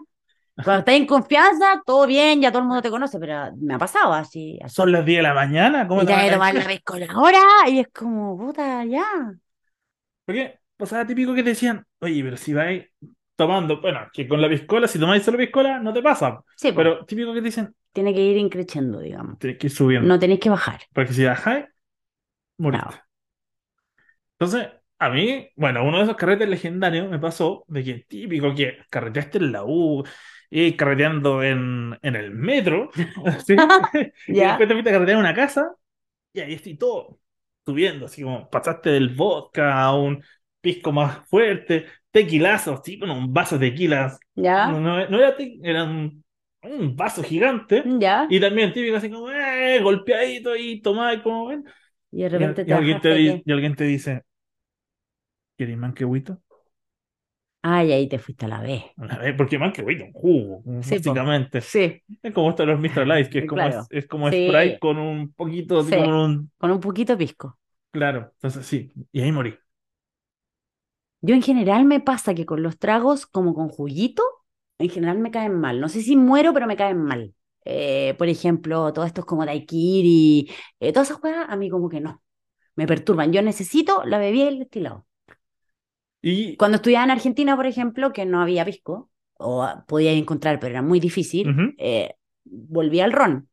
[SPEAKER 2] Cuando estás en confianza, todo bien, ya todo el mundo te conoce, pero me ha pasado así. así.
[SPEAKER 1] son las 10 de la mañana, ¿cómo
[SPEAKER 2] Y
[SPEAKER 1] te
[SPEAKER 2] te
[SPEAKER 1] van
[SPEAKER 2] que
[SPEAKER 1] a-
[SPEAKER 2] tomar la piscola ahora, y es como, puta, ya.
[SPEAKER 1] Porque pasaba típico que te decían, oye, pero si vais tomando, bueno, que con la piscola, si tomáis solo piscola, no te pasa.
[SPEAKER 2] Sí, pues,
[SPEAKER 1] Pero típico que te dicen,
[SPEAKER 2] tiene que ir increciendo, digamos.
[SPEAKER 1] tenés que ir subiendo,
[SPEAKER 2] No tenéis que bajar.
[SPEAKER 1] porque si bajáis, morís.
[SPEAKER 2] No.
[SPEAKER 1] Entonces, a mí, bueno, uno de esos carretes legendarios me pasó de que típico que carreteaste en la U y carreteando en, en el metro, ¿sí? Y
[SPEAKER 2] Ya.
[SPEAKER 1] después te fuiste a carretear en una casa y ahí estoy todo subiendo, así como pasaste del vodka a un pisco más fuerte, tequilazo, así con un vaso de tequila. No,
[SPEAKER 2] Ya,
[SPEAKER 1] no- no era te- era un, un vaso gigante.
[SPEAKER 2] ya.
[SPEAKER 1] Y también típico así como, eh, golpeadito y tomaba y como, ven.
[SPEAKER 2] Y de
[SPEAKER 1] Y,
[SPEAKER 2] repente
[SPEAKER 1] y
[SPEAKER 2] te
[SPEAKER 1] alguien te
[SPEAKER 2] bajaste
[SPEAKER 1] di-
[SPEAKER 2] que-
[SPEAKER 1] y alguien te dice, ¿quieres manquehuito?
[SPEAKER 2] Ay, ahí te fuiste a la vez.
[SPEAKER 1] A ver, porque manquehuito es un jugo,
[SPEAKER 2] Sí, po.
[SPEAKER 1] básicamente.
[SPEAKER 2] Sí.
[SPEAKER 1] Es como estos los Mr. Lights, que es como,
[SPEAKER 2] Claro.
[SPEAKER 1] es, como
[SPEAKER 2] Sí.
[SPEAKER 1] Sprite con un poquito, así
[SPEAKER 2] Sí.
[SPEAKER 1] como un...
[SPEAKER 2] Con un poquito de pisco.
[SPEAKER 1] Claro, entonces sí, y ahí morí.
[SPEAKER 2] Yo en general me pasa que con los tragos, como con juguito, en general me caen mal. No sé si muero, pero me caen mal. Eh, por ejemplo, todos estos como daiquiri, eh, todas esas cosas a mí como que no. Me perturban. Yo necesito la bebida y el destilado.
[SPEAKER 1] Y...
[SPEAKER 2] Cuando estudiaba en Argentina, por ejemplo, que no había pisco, o ah, podía encontrar, pero era muy difícil,
[SPEAKER 1] Ujú.
[SPEAKER 2] eh, volví al ron,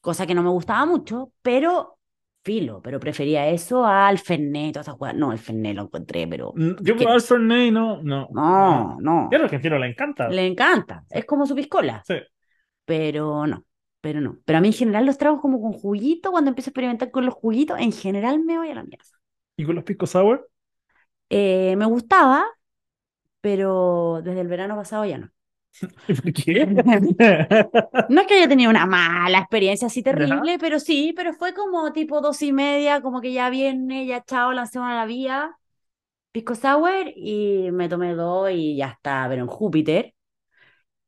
[SPEAKER 2] cosa que no me gustaba mucho, pero filo, pero prefería eso al fernet, todas esas cosas. No, el fernet lo encontré, pero
[SPEAKER 1] Mm, Yo probé el Fernet y no, no.
[SPEAKER 2] no, no.
[SPEAKER 1] Y al argentino le encanta.
[SPEAKER 2] Le encanta, es como su piscola.
[SPEAKER 1] Sí.
[SPEAKER 2] Pero no, pero no. Pero a mí en general los tragos como con juguito, cuando empiezo a experimentar con los juguitos, en general me voy a la mierda.
[SPEAKER 1] ¿Y con los pisco sour?
[SPEAKER 2] Eh, me gustaba, pero desde el verano pasado ya no.
[SPEAKER 1] ¿Y por qué?
[SPEAKER 2] No es que haya tenido una mala experiencia así terrible, pero sí, pero fue como tipo dos y media, como que ya viene, ya chao, lancemos a la vía, pisco sour, y me tomé dos y ya está, pero en Júpiter.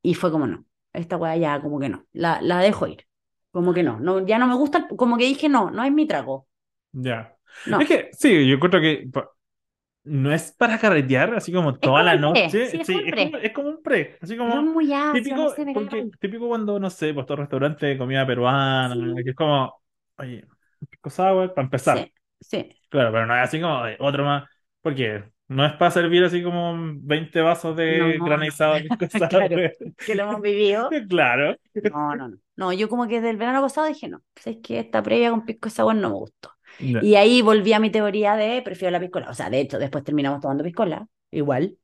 [SPEAKER 2] Y fue como no, esta weá ya como que no, la, la dejo ir, como que no, no, ya no me gusta, el- como que dije no, no es mi trago.
[SPEAKER 1] Ya.
[SPEAKER 2] No.
[SPEAKER 1] Es que, sí, yo encuentro que pa- no es para carretear, así como toda
[SPEAKER 2] como
[SPEAKER 1] la
[SPEAKER 2] un pre,
[SPEAKER 1] noche.
[SPEAKER 2] sí, es
[SPEAKER 1] Sí,
[SPEAKER 2] como un
[SPEAKER 1] es
[SPEAKER 2] pre.
[SPEAKER 1] como, es como un pre. Así
[SPEAKER 2] No es
[SPEAKER 1] como
[SPEAKER 2] muy ácido, no
[SPEAKER 1] típico,
[SPEAKER 2] sé, me cae
[SPEAKER 1] porque,
[SPEAKER 2] mal.
[SPEAKER 1] típico cuando, no sé, pues todo restaurante de comida peruana,
[SPEAKER 2] Sí.
[SPEAKER 1] que es como, oye, pisco sour, eh, para empezar.
[SPEAKER 2] Sí, sí,
[SPEAKER 1] Claro, pero no es así como "Ay, otro más, porque no es para servir así como 20 vasos
[SPEAKER 2] no,
[SPEAKER 1] de
[SPEAKER 2] no,
[SPEAKER 1] granizado de pisco
[SPEAKER 2] claro,
[SPEAKER 1] sour.
[SPEAKER 2] que lo hemos vivido.
[SPEAKER 1] pues. Claro.
[SPEAKER 2] No, no, no. No, yo como que desde el verano pasado dije, no, pues es que esta previa con pisco sour no me gustó.
[SPEAKER 1] Ya.
[SPEAKER 2] Y ahí volví a mi teoría de prefiero la piscola. O sea, de hecho, después terminamos tomando piscola, igual.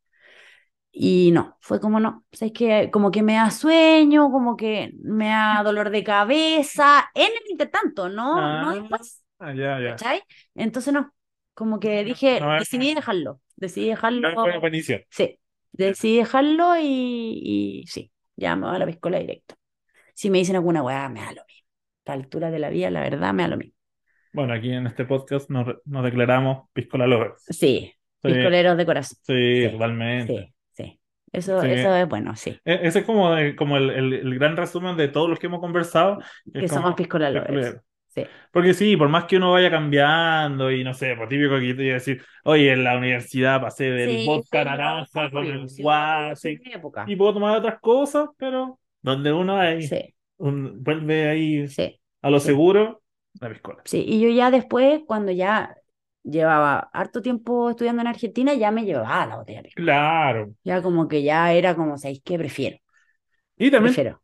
[SPEAKER 2] Y no, fue como no, pues es que como que me da sueño, como que me da dolor de cabeza, en el intertanto, no, no
[SPEAKER 1] Ah,
[SPEAKER 2] después,
[SPEAKER 1] ya, ya.
[SPEAKER 2] ¿cachai? Entonces no, como que dije,
[SPEAKER 1] No, es-
[SPEAKER 2] decidí dejarlo, decidí
[SPEAKER 1] no es
[SPEAKER 2] dejarlo,
[SPEAKER 1] buena inicio.
[SPEAKER 2] sí, decidí dejarlo y, y sí, ya me va a la piscola directo si me dicen alguna weá, me da lo mismo. A esta altura de la vida, la verdad, me da lo mismo.
[SPEAKER 1] Bueno, aquí en este podcast nos, re- nos declaramos piscola lovers.
[SPEAKER 2] Sí,
[SPEAKER 1] Sí,
[SPEAKER 2] piscoleros de corazón.
[SPEAKER 1] sí,
[SPEAKER 2] Sí,
[SPEAKER 1] totalmente.
[SPEAKER 2] sí, sí. Eso,
[SPEAKER 1] Sí.
[SPEAKER 2] eso es bueno, sí.
[SPEAKER 1] E- Ese es como, eh, como el, el- el gran resumen de todos los que hemos conversado. que Es
[SPEAKER 2] Que somos
[SPEAKER 1] como
[SPEAKER 2] piscola lovers.
[SPEAKER 1] piscola.
[SPEAKER 2] Sí.
[SPEAKER 1] Porque sí, por más que uno vaya cambiando y no sé, pues típico que yo te iba a decir, oye, en la universidad pasé del
[SPEAKER 2] Sí,
[SPEAKER 1] vodka
[SPEAKER 2] no,
[SPEAKER 1] naranja con
[SPEAKER 2] obvio,
[SPEAKER 1] el
[SPEAKER 2] si uno tuvo su
[SPEAKER 1] guasi
[SPEAKER 2] época.
[SPEAKER 1] y pues, puedo tomar otras cosas, pero donde uno ahí,
[SPEAKER 2] Sí,
[SPEAKER 1] un- vuelve ahí
[SPEAKER 2] sí,
[SPEAKER 1] a lo
[SPEAKER 2] sí.
[SPEAKER 1] seguro, la piscola.
[SPEAKER 2] Sí, y yo ya después, cuando ya llevaba harto tiempo estudiando en Argentina, ya me llevaba la botella. de pisco.
[SPEAKER 1] Claro.
[SPEAKER 2] Ya como que ya era como, ¿sabéis qué? Prefiero,
[SPEAKER 1] Y también,
[SPEAKER 2] prefiero.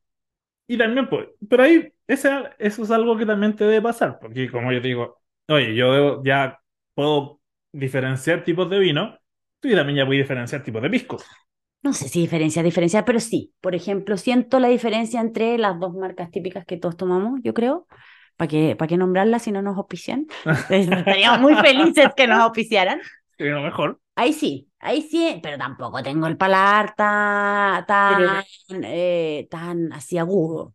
[SPEAKER 1] y también, pues, pero ahí, ese, eso es algo que también te debe pasar, porque como yo te digo, oye, yo debo- ya puedo diferenciar tipos de vino, tú también ya puedes diferenciar tipos de pisco.
[SPEAKER 2] No sé si diferencia, diferencia, pero sí. Por ejemplo, siento la diferencia entre las dos marcas típicas que todos tomamos, yo creo. ¿Para qué, para qué nombrarlas si no nos auspician? Estaríamos muy felices que nos auspiciaran.
[SPEAKER 1] Que a lo mejor.
[SPEAKER 2] Ahí sí, ahí sí, pero tampoco tengo el paladar tan, tan, eh, tan así agudo.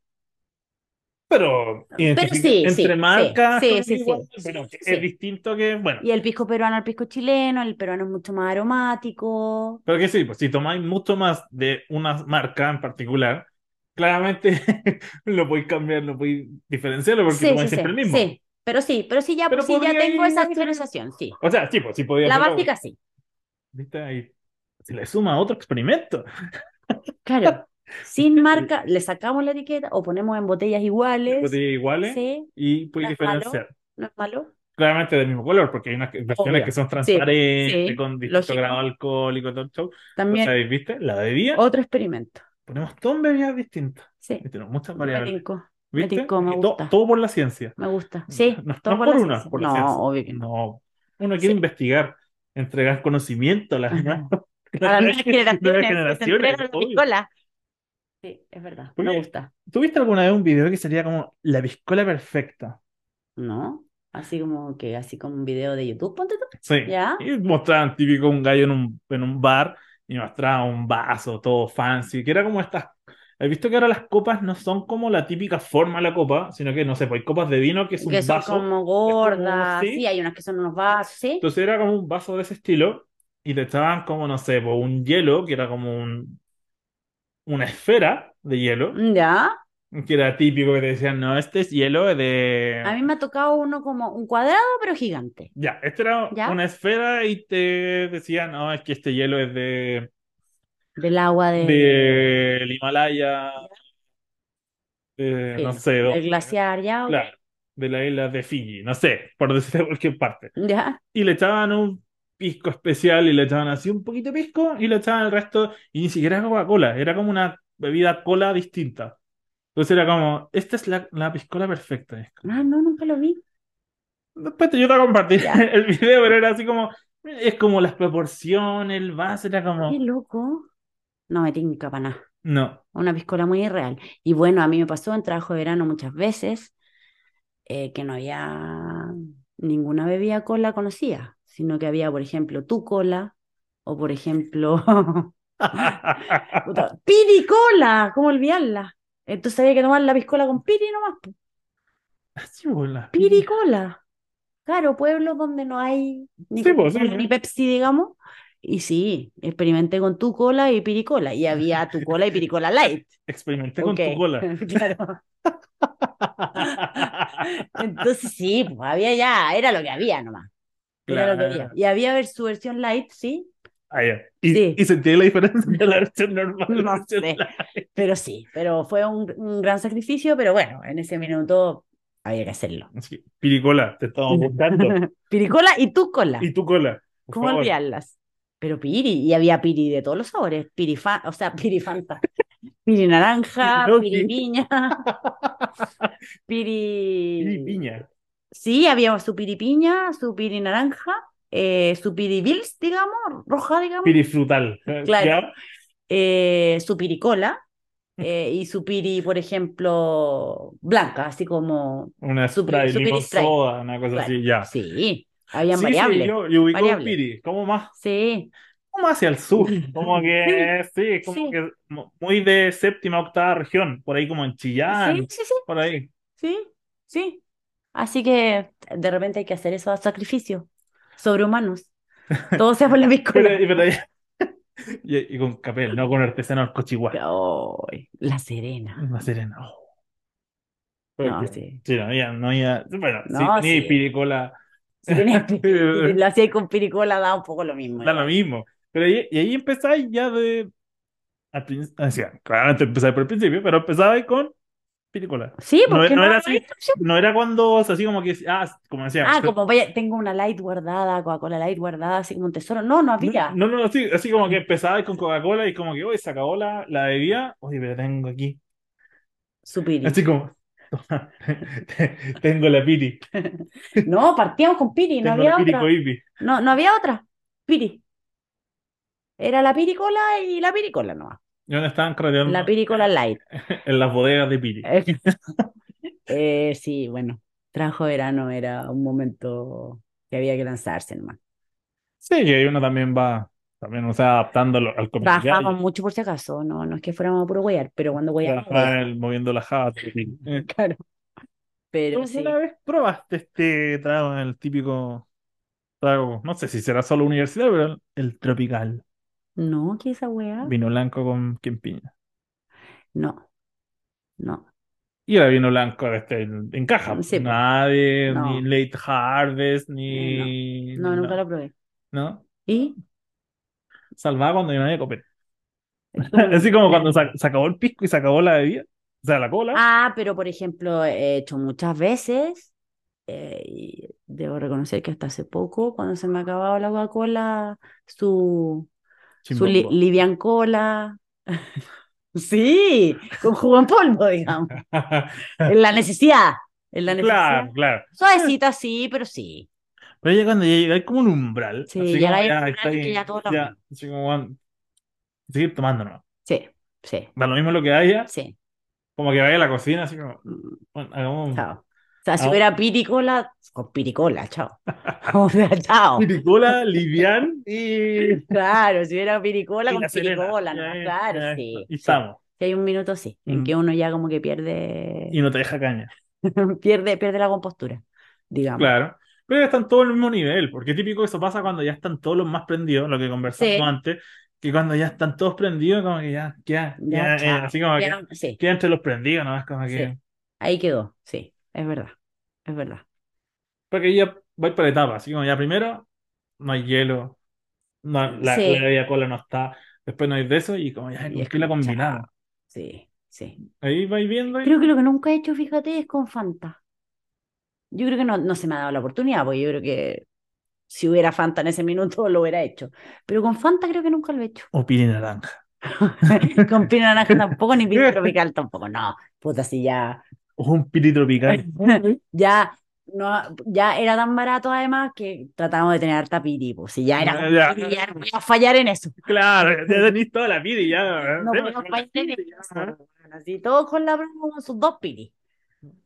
[SPEAKER 1] Pero
[SPEAKER 2] Pero
[SPEAKER 1] identifica
[SPEAKER 2] sí,
[SPEAKER 1] entre
[SPEAKER 2] sí, sí,
[SPEAKER 1] marcas,
[SPEAKER 2] sí,
[SPEAKER 1] creo que
[SPEAKER 2] sí,
[SPEAKER 1] igual,
[SPEAKER 2] sí,
[SPEAKER 1] pero
[SPEAKER 2] sí,
[SPEAKER 1] es
[SPEAKER 2] sí.
[SPEAKER 1] distinto que, bueno,
[SPEAKER 2] Y el pisco peruano al pisco chileno, el peruano es mucho más aromático.
[SPEAKER 1] pero que sí, pues si tomáis mucho más de una marca en particular, claramente lo podéis cambiar, lo podéis diferenciarlo porque
[SPEAKER 2] Sí,
[SPEAKER 1] tomáis
[SPEAKER 2] sí, sí,
[SPEAKER 1] siempre el mismo.
[SPEAKER 2] sí. Pero sí, pero sí, ya,
[SPEAKER 1] Pero
[SPEAKER 2] sí, ya
[SPEAKER 1] podría
[SPEAKER 2] tengo
[SPEAKER 1] ir
[SPEAKER 2] esa
[SPEAKER 1] hacer-
[SPEAKER 2] diferenciación, sí.
[SPEAKER 1] O sea, sí, pues sí podía
[SPEAKER 2] La
[SPEAKER 1] hacerlo,
[SPEAKER 2] básica sí.
[SPEAKER 1] ¿viste? Ahí se le suma otro experimento.
[SPEAKER 2] Claro, sin marca, le sacamos la etiqueta o ponemos en botellas
[SPEAKER 1] Tipo
[SPEAKER 2] iguales.
[SPEAKER 1] de iguales
[SPEAKER 2] Sí,
[SPEAKER 1] y podéis
[SPEAKER 2] no es malo,
[SPEAKER 1] diferenciar.
[SPEAKER 2] no es malo,
[SPEAKER 1] Claramente del mismo color, porque hay unas que- versiones que
[SPEAKER 2] obvio.
[SPEAKER 1] son
[SPEAKER 2] Sí,
[SPEAKER 1] transparentes,
[SPEAKER 2] sí,
[SPEAKER 1] con distinto grado
[SPEAKER 2] lógico.
[SPEAKER 1] alcohólico, todo el show.
[SPEAKER 2] También
[SPEAKER 1] Entonces, ¿viste? La bebida.
[SPEAKER 2] otro experimento.
[SPEAKER 1] Ponemos todo en bebidas distintas.
[SPEAKER 2] Sí,
[SPEAKER 1] Y Tenemos muchas
[SPEAKER 2] me
[SPEAKER 1] variables.
[SPEAKER 2] tincó, me
[SPEAKER 1] ¿Viste?
[SPEAKER 2] tincó, me
[SPEAKER 1] Y to-
[SPEAKER 2] gusta,
[SPEAKER 1] todo por la ciencia.
[SPEAKER 2] me gusta. Sí,
[SPEAKER 1] No, no
[SPEAKER 2] todo por
[SPEAKER 1] por
[SPEAKER 2] la
[SPEAKER 1] una,
[SPEAKER 2] ciencia.
[SPEAKER 1] por la ciencia.
[SPEAKER 2] No, obvio que no.
[SPEAKER 1] No. Uno quiere
[SPEAKER 2] Sí.
[SPEAKER 1] investigar, entregar conocimiento a las nuevas,
[SPEAKER 2] Ajá.
[SPEAKER 1] las
[SPEAKER 2] A las
[SPEAKER 1] nuevas
[SPEAKER 2] nuevas generaciones que se
[SPEAKER 1] generaciones,
[SPEAKER 2] entregan la
[SPEAKER 1] obvio.
[SPEAKER 2] piscola. Sí, es verdad, me
[SPEAKER 1] Porque,
[SPEAKER 2] gusta.
[SPEAKER 1] ¿tuviste alguna vez un video que sería como la piscola perfecta?
[SPEAKER 2] ¿No? Así como que, así como un video de YouTube, ponte tú.
[SPEAKER 1] Sí.
[SPEAKER 2] ¿Ya?
[SPEAKER 1] Y mostraban típico un gallo en un, en un bar y mostraba un vaso todo fancy, que era como estas. He visto que ahora las copas no son como la típica forma de la copa, sino que no sé, pues hay copas de vino que es
[SPEAKER 2] Que
[SPEAKER 1] un
[SPEAKER 2] son
[SPEAKER 1] vaso,
[SPEAKER 2] como
[SPEAKER 1] es como
[SPEAKER 2] gordas, sí,
[SPEAKER 1] así.
[SPEAKER 2] hay unas que son unos vasos, sí.
[SPEAKER 1] Entonces era como un vaso de ese estilo y te echaban como, no sé, pues un hielo, que era como un- una esfera de hielo,
[SPEAKER 2] Ya,
[SPEAKER 1] que era típico que te decían, no, este es hielo
[SPEAKER 2] Mm. a
[SPEAKER 1] de...
[SPEAKER 2] mí me ha tocado uno como un cuadrado, pero gigante.
[SPEAKER 1] Ya, este era
[SPEAKER 2] ¿Ya?
[SPEAKER 1] una esfera y te decían, no, es que este hielo es de...
[SPEAKER 2] Del agua de.
[SPEAKER 1] del Himalaya, de, no
[SPEAKER 2] Filo,
[SPEAKER 1] sé
[SPEAKER 2] del
[SPEAKER 1] dónde,
[SPEAKER 2] glaciar, ya, ok.
[SPEAKER 1] claro, de la isla de Fiji, no sé, por decirte cualquier parte.
[SPEAKER 2] Ya,
[SPEAKER 1] Y le echaban un pisco especial y le echaban así un poquito de pisco y le echaban el resto, y ni siquiera era Coca-Cola, era como una bebida cola distinta. Entonces era como, esta es la, la piscola perfecta. Es como-
[SPEAKER 2] ah, no, nunca lo vi.
[SPEAKER 1] Después te, yo te compartí
[SPEAKER 2] Ya,
[SPEAKER 1] el video, pero era así como, es como las proporciones, el vaso, era
[SPEAKER 2] qué
[SPEAKER 1] como,
[SPEAKER 2] loco. No me tinca para nada.
[SPEAKER 1] no.
[SPEAKER 2] Una piscola muy irreal. Y bueno, a mí me pasó en trabajo de verano muchas veces eh, que no había ninguna bebida cola conocida. sino que había, por ejemplo, tu cola o, por ejemplo, puta, piricola, ¿cómo olvidarla? Entonces había que tomar la piscola con piri nomás. po.
[SPEAKER 1] Sí, pues, la-
[SPEAKER 2] Piricola. Claro, pueblos donde no hay ni,
[SPEAKER 1] Sí, pues, sí,
[SPEAKER 2] Coca-Cola
[SPEAKER 1] sí.
[SPEAKER 2] ni Pepsi, digamos. Y sí, experimenté con tu cola y piricola. Y había tu cola y piricola light.
[SPEAKER 1] Experimenté con
[SPEAKER 2] Ok,
[SPEAKER 1] tu cola.
[SPEAKER 2] claro. Entonces sí, pues había ya, era lo que había nomás. Era lo que había.
[SPEAKER 1] Claro.
[SPEAKER 2] Y había ver su versión light, sí,
[SPEAKER 1] Ah, ya. ¿Y,
[SPEAKER 2] Sí.
[SPEAKER 1] y sentí la diferencia de la versión normal. y la
[SPEAKER 2] no
[SPEAKER 1] versión
[SPEAKER 2] sé.
[SPEAKER 1] light?
[SPEAKER 2] Pero sí, pero fue un, un gran sacrificio, pero bueno, en ese minuto había que hacerlo.
[SPEAKER 1] Sí. Piricola, te estamos buscando.
[SPEAKER 2] Piricola y tu cola.
[SPEAKER 1] Y tu cola. por
[SPEAKER 2] ¿Cómo
[SPEAKER 1] favor.
[SPEAKER 2] olvidarlas? Pero piri, y había piri de todos los sabores, piri fa- o sea, piri fanta, piri naranja,
[SPEAKER 1] No,
[SPEAKER 2] piri
[SPEAKER 1] sí.
[SPEAKER 2] piña, piri...
[SPEAKER 1] Piri piña.
[SPEAKER 2] Sí, había su piri piña, su piri naranja, eh, su piri bils, digamos, roja, digamos,
[SPEAKER 1] Piri frutal.
[SPEAKER 2] Ah. Claro. eh, su piri cola
[SPEAKER 1] Mm.
[SPEAKER 2] eh, y su piri, por ejemplo, blanca, así como...
[SPEAKER 1] Una
[SPEAKER 2] Su piri-
[SPEAKER 1] spray,
[SPEAKER 2] su piri
[SPEAKER 1] limón
[SPEAKER 2] Sprite.
[SPEAKER 1] soda, una cosa
[SPEAKER 2] Claro,
[SPEAKER 1] así, ya.
[SPEAKER 2] Sí,
[SPEAKER 1] Sí,
[SPEAKER 2] habían
[SPEAKER 1] sí,
[SPEAKER 2] variables.
[SPEAKER 1] yo, yo ubico
[SPEAKER 2] variables.
[SPEAKER 1] Piri. ¿Cómo más?
[SPEAKER 2] Sí,
[SPEAKER 1] como hacia el sur, como que sí, como
[SPEAKER 2] Sí.
[SPEAKER 1] que mo- muy de séptima, octava región, por ahí como en
[SPEAKER 2] sí,
[SPEAKER 1] Chillán,
[SPEAKER 2] sí, sí.
[SPEAKER 1] por ahí.
[SPEAKER 2] Sí, sí. Así que de repente hay que hacer esos sacrificios sobrehumanos. Todo sea por la
[SPEAKER 1] Pero,
[SPEAKER 2] piscola.
[SPEAKER 1] y, pero ahí- y- y con Capel, no con artesanos Cochihuahua,
[SPEAKER 2] Ay, la Serena.
[SPEAKER 1] una serena. oh.
[SPEAKER 2] No,
[SPEAKER 1] Porque-
[SPEAKER 2] sí.
[SPEAKER 1] sí, no había, no había, bueno,
[SPEAKER 2] No,
[SPEAKER 1] sí, ni
[SPEAKER 2] sí.
[SPEAKER 1] piricola,
[SPEAKER 2] Si tenés pi- si lo hacías con piricola, da un poco lo mismo.
[SPEAKER 1] da lo mismo. Pero ahí, y ahí empezáis ya de, al prin- o sea, claramente empezáis por el principio, pero empezáis con piricola.
[SPEAKER 2] Sí,
[SPEAKER 1] No,
[SPEAKER 2] porque
[SPEAKER 1] no
[SPEAKER 2] no,
[SPEAKER 1] era
[SPEAKER 2] no
[SPEAKER 1] así.
[SPEAKER 2] hay opción.
[SPEAKER 1] No era cuando, o sea, así como que, ah, como decía,
[SPEAKER 2] Ah, como vaya, tengo una light guardada, Coca-Cola light guardada, así como un tesoro. No, no había.
[SPEAKER 1] No, no, no, así, así como que empezaba con Coca-Cola y como que, hoy se acabó la, la bebida, oye, pero tengo aquí.
[SPEAKER 2] Su piri.
[SPEAKER 1] Así como, tengo la piri,
[SPEAKER 2] No, partíamos con piri, no
[SPEAKER 1] tengo la
[SPEAKER 2] había
[SPEAKER 1] piri
[SPEAKER 2] otra.
[SPEAKER 1] coipi.
[SPEAKER 2] No, no había otra. Piri. Era la piricola y la piricola nomás.
[SPEAKER 1] ¿Y dónde estaban crateando?
[SPEAKER 2] La piricola light.
[SPEAKER 1] En las bodegas de piri.
[SPEAKER 2] Eh, sí, bueno, trabajo de verano era un momento que había que lanzarse nomás.
[SPEAKER 1] Sí, que uno también va, también, o sea, adaptándolo al comercial.
[SPEAKER 2] Trabajábamos mucho por si acaso, no, no es que fuéramos a puro huear, pero cuando hueábamos,
[SPEAKER 1] Trabajaba en
[SPEAKER 2] hueábamos,
[SPEAKER 1] el- moviendo la java. todo el día. Eh,
[SPEAKER 2] claro. Pero
[SPEAKER 1] ¿Tú
[SPEAKER 2] sí,
[SPEAKER 1] alguna vez probaste este trago, el típico trago? No sé si será solo universidad, pero el, el tropical.
[SPEAKER 2] no, que esa hueá,
[SPEAKER 1] Vino blanco con quempiña.
[SPEAKER 2] no, no,
[SPEAKER 1] Y era vino blanco este, en, en caja.
[SPEAKER 2] Sí, po.
[SPEAKER 1] Nada de
[SPEAKER 2] No.
[SPEAKER 1] ni late harvest, ni.
[SPEAKER 2] no, nunca lo probé.
[SPEAKER 1] ¿no?
[SPEAKER 2] ¿Y?
[SPEAKER 1] Salvaba cuando yo no había copete.
[SPEAKER 2] Es como-
[SPEAKER 1] Así como cuando se, se acabó el pisco y se acabó la bebida. O sea, la cola.
[SPEAKER 2] Ah, pero por ejemplo, he hecho muchas veces, eh, y debo reconocer que hasta hace poco, cuando se me acababa la Coca-Cola, su... su li-
[SPEAKER 1] chimbombo.
[SPEAKER 2] Livian Cola. Sí, con jugo en polvo, digamos. En la necesidad, en la necesidad.
[SPEAKER 1] claro, claro.
[SPEAKER 2] Suavecita, sí, pero sí.
[SPEAKER 1] Pero ya cuando ya llegáis como un umbral.
[SPEAKER 2] Sí,
[SPEAKER 1] así
[SPEAKER 2] ya
[SPEAKER 1] como,
[SPEAKER 2] hay un umbral
[SPEAKER 1] estáis-
[SPEAKER 2] que ya todo lo-
[SPEAKER 1] ya, así como, bueno, seguir tomando nomás.
[SPEAKER 2] Sí, sí,
[SPEAKER 1] Da lo mismo lo que haya,
[SPEAKER 2] sí.
[SPEAKER 1] como que vaya a la cocina, así como, bueno, hagamos un
[SPEAKER 2] Chao. O sea, si
[SPEAKER 1] Ah.
[SPEAKER 2] hubiera piricola, con piricola, chao. O sea, chao.
[SPEAKER 1] piricola, livian y.
[SPEAKER 2] Claro, si hubiera
[SPEAKER 1] y
[SPEAKER 2] piricola, con
[SPEAKER 1] la Serena.
[SPEAKER 2] piricola,
[SPEAKER 1] Ya,
[SPEAKER 2] ¿no?
[SPEAKER 1] ya,
[SPEAKER 2] Claro,
[SPEAKER 1] ya,
[SPEAKER 2] sí.
[SPEAKER 1] Y
[SPEAKER 2] sí.
[SPEAKER 1] estamos.
[SPEAKER 2] Si hay un minuto, sí, en
[SPEAKER 1] Mm.
[SPEAKER 2] que uno ya como que pierde,
[SPEAKER 1] Y no te deja caña.
[SPEAKER 2] pierde, pierde la compostura, digamos.
[SPEAKER 1] Claro. Pero ya están todos al mismo nivel, porque típico eso pasa cuando ya están todos los más prendidos, lo que conversamos
[SPEAKER 2] Sí.
[SPEAKER 1] antes, que cuando ya están todos prendidos, como que ya, ya,
[SPEAKER 2] Ya,
[SPEAKER 1] ya, eh,
[SPEAKER 2] chao.
[SPEAKER 1] así como que
[SPEAKER 2] Ya, sí.
[SPEAKER 1] queda entre los prendidos, ¿no? Es como
[SPEAKER 2] Sí.
[SPEAKER 1] que.
[SPEAKER 2] Ahí quedó, sí, es verdad, es verdad.
[SPEAKER 1] Porque ya vais por etapas, así como ya primero, no hay hielo, no, la,
[SPEAKER 2] Sí.
[SPEAKER 1] la bebida cola no está, después no hay de eso, y como ya,
[SPEAKER 2] Y
[SPEAKER 1] ¿con
[SPEAKER 2] es
[SPEAKER 1] qué la
[SPEAKER 2] como, chao.
[SPEAKER 1] combinamos?
[SPEAKER 2] Sí, sí.
[SPEAKER 1] Ahí vais viendo y.
[SPEAKER 2] Creo que lo que nunca he hecho, fíjate, es con Fanta. Yo creo que no, no se me ha dado la oportunidad, porque yo creo que si hubiera Fanta en ese minuto lo hubiera hecho. Pero con Fanta creo que nunca lo he hecho.
[SPEAKER 1] O pide naranja.
[SPEAKER 2] Con pino naranja tampoco, ni pino tropical tampoco, no. Puta, si ya,
[SPEAKER 1] O un piri tropical.
[SPEAKER 2] ya, no, ya era tan barato además que tratábamos de tener harta piri, pues, si ya era como,
[SPEAKER 1] Ya.
[SPEAKER 2] piri, ya no voy a fallar en eso.
[SPEAKER 1] Claro, ya tenéis toda la piri ya.
[SPEAKER 2] No
[SPEAKER 1] Deme
[SPEAKER 2] podemos
[SPEAKER 1] con la
[SPEAKER 2] fallar en
[SPEAKER 1] piri,
[SPEAKER 2] eso.
[SPEAKER 1] ya.
[SPEAKER 2] hermano, Así, todos con la broma, con sus dos piris.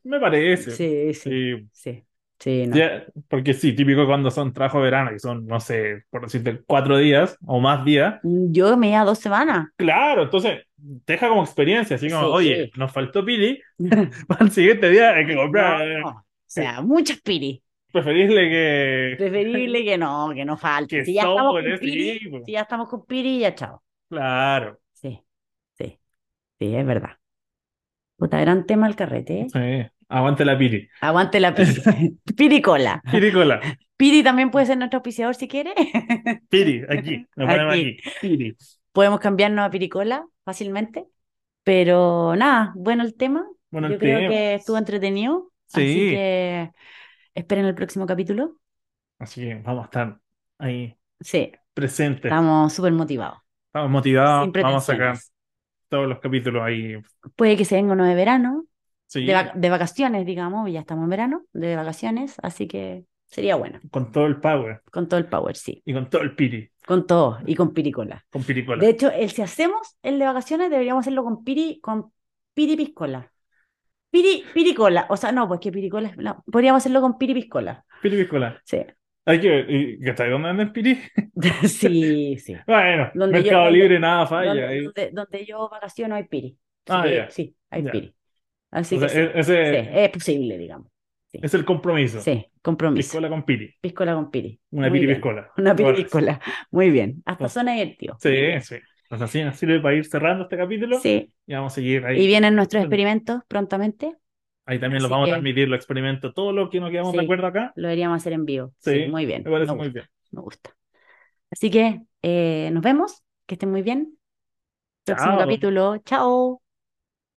[SPEAKER 1] Me parece.
[SPEAKER 2] Sí, sí,
[SPEAKER 1] Sí.
[SPEAKER 2] sí. Sí, no.
[SPEAKER 1] Ya, porque sí, típico cuando son trabajo de verano, que son, no sé, por decirte, cuatro días o más días.
[SPEAKER 2] Yo me iba dos semanas.
[SPEAKER 1] Claro, entonces te deja como experiencia, así como,
[SPEAKER 2] Sí.
[SPEAKER 1] oye, nos faltó pili, para el siguiente día hay que comprar.
[SPEAKER 2] No, o sea, muchas piri.
[SPEAKER 1] Preferirle que.
[SPEAKER 2] Preferible que no, que no falte.
[SPEAKER 1] Que
[SPEAKER 2] si ya estamos
[SPEAKER 1] sobre
[SPEAKER 2] con
[SPEAKER 1] sí,
[SPEAKER 2] piri,
[SPEAKER 1] pues.
[SPEAKER 2] si ya estamos con piri, ya chao.
[SPEAKER 1] Claro.
[SPEAKER 2] Sí, sí, sí, es verdad. Puta, gran tema el carrete, ¿eh?
[SPEAKER 1] Sí. Aguante la pili.
[SPEAKER 2] Aguante la piri. Piri cola.
[SPEAKER 1] Piricola.
[SPEAKER 2] Piri también puede ser nuestro auspiciador si quiere.
[SPEAKER 1] Piri, aquí. Lo ponemos aquí. Piri.
[SPEAKER 2] Podemos cambiarnos a piricola fácilmente. Pero nada, bueno el tema.
[SPEAKER 1] Bueno,
[SPEAKER 2] Yo
[SPEAKER 1] el
[SPEAKER 2] creo
[SPEAKER 1] tema.
[SPEAKER 2] que estuvo entretenido. Así
[SPEAKER 1] Sí.
[SPEAKER 2] que esperen el próximo capítulo.
[SPEAKER 1] Así que vamos a estar ahí
[SPEAKER 2] Sí,
[SPEAKER 1] presentes. Estamos,
[SPEAKER 2] estamos súper motivados.
[SPEAKER 1] motivados.
[SPEAKER 2] sin
[SPEAKER 1] Vamos a sacar
[SPEAKER 2] pretensiones.
[SPEAKER 1] todos los capítulos ahí.
[SPEAKER 2] Puede que se venga uno de verano,
[SPEAKER 1] Sí.
[SPEAKER 2] de, vac- de vacaciones, digamos, ya estamos en verano, de vacaciones, así que sería bueno,
[SPEAKER 1] Con todo el power.
[SPEAKER 2] con todo el power, sí,
[SPEAKER 1] Y con todo el piri.
[SPEAKER 2] con todo y con piricola.
[SPEAKER 1] Con piricola.
[SPEAKER 2] De hecho, el, si hacemos el de vacaciones, deberíamos hacerlo con piri, con piripiscola. Piri, piricola, o sea, no, pues que piricola, es- no, podríamos hacerlo con piripiscola,
[SPEAKER 1] Piricola.
[SPEAKER 2] sí,
[SPEAKER 1] Hay que ver. ¿Y que está ahí donde venden piri?
[SPEAKER 2] sí, sí.
[SPEAKER 1] Bueno,
[SPEAKER 2] Donde yo-
[SPEAKER 1] Mercado
[SPEAKER 2] donde-
[SPEAKER 1] Libre, nada falla.
[SPEAKER 2] Donde,
[SPEAKER 1] Ah, ahí.
[SPEAKER 2] donde- donde yo vacaciono hay piri, Así
[SPEAKER 1] Ah,
[SPEAKER 2] que
[SPEAKER 1] ya.
[SPEAKER 2] sí, hay
[SPEAKER 1] Ya.
[SPEAKER 2] piri. Así
[SPEAKER 1] O
[SPEAKER 2] que
[SPEAKER 1] sea,
[SPEAKER 2] sí,
[SPEAKER 1] e- ese
[SPEAKER 2] sí, es posible, digamos.
[SPEAKER 1] es el compromiso.
[SPEAKER 2] Sí, compromiso.
[SPEAKER 1] Piscola con piri.
[SPEAKER 2] Piscola con piri.
[SPEAKER 1] Una
[SPEAKER 2] Muy
[SPEAKER 1] piri
[SPEAKER 2] bien.
[SPEAKER 1] piscola.
[SPEAKER 2] Una
[SPEAKER 1] Bueno,
[SPEAKER 2] piricola. Muy bien. Hasta
[SPEAKER 1] Bueno.
[SPEAKER 2] zona divertido.
[SPEAKER 1] Sí, sí. Entonces, así nos sirve para ir cerrando este capítulo.
[SPEAKER 2] Sí.
[SPEAKER 1] Y vamos a seguir ahí.
[SPEAKER 2] Y vienen nuestros experimentos prontamente.
[SPEAKER 1] Ahí también los
[SPEAKER 2] Así
[SPEAKER 1] vamos
[SPEAKER 2] que-
[SPEAKER 1] a transmitir los experimentos, todo lo que nos quedamos de
[SPEAKER 2] Sí.
[SPEAKER 1] acuerdo acá.
[SPEAKER 2] Lo deberíamos hacer en vivo. Sí,
[SPEAKER 1] Sí,
[SPEAKER 2] muy bien.
[SPEAKER 1] Me parece
[SPEAKER 2] Me
[SPEAKER 1] muy
[SPEAKER 2] gusta,
[SPEAKER 1] bien.
[SPEAKER 2] me gusta. Así que eh, nos vemos. Que estén muy bien. Próximo
[SPEAKER 1] Chao.
[SPEAKER 2] capítulo. Chao.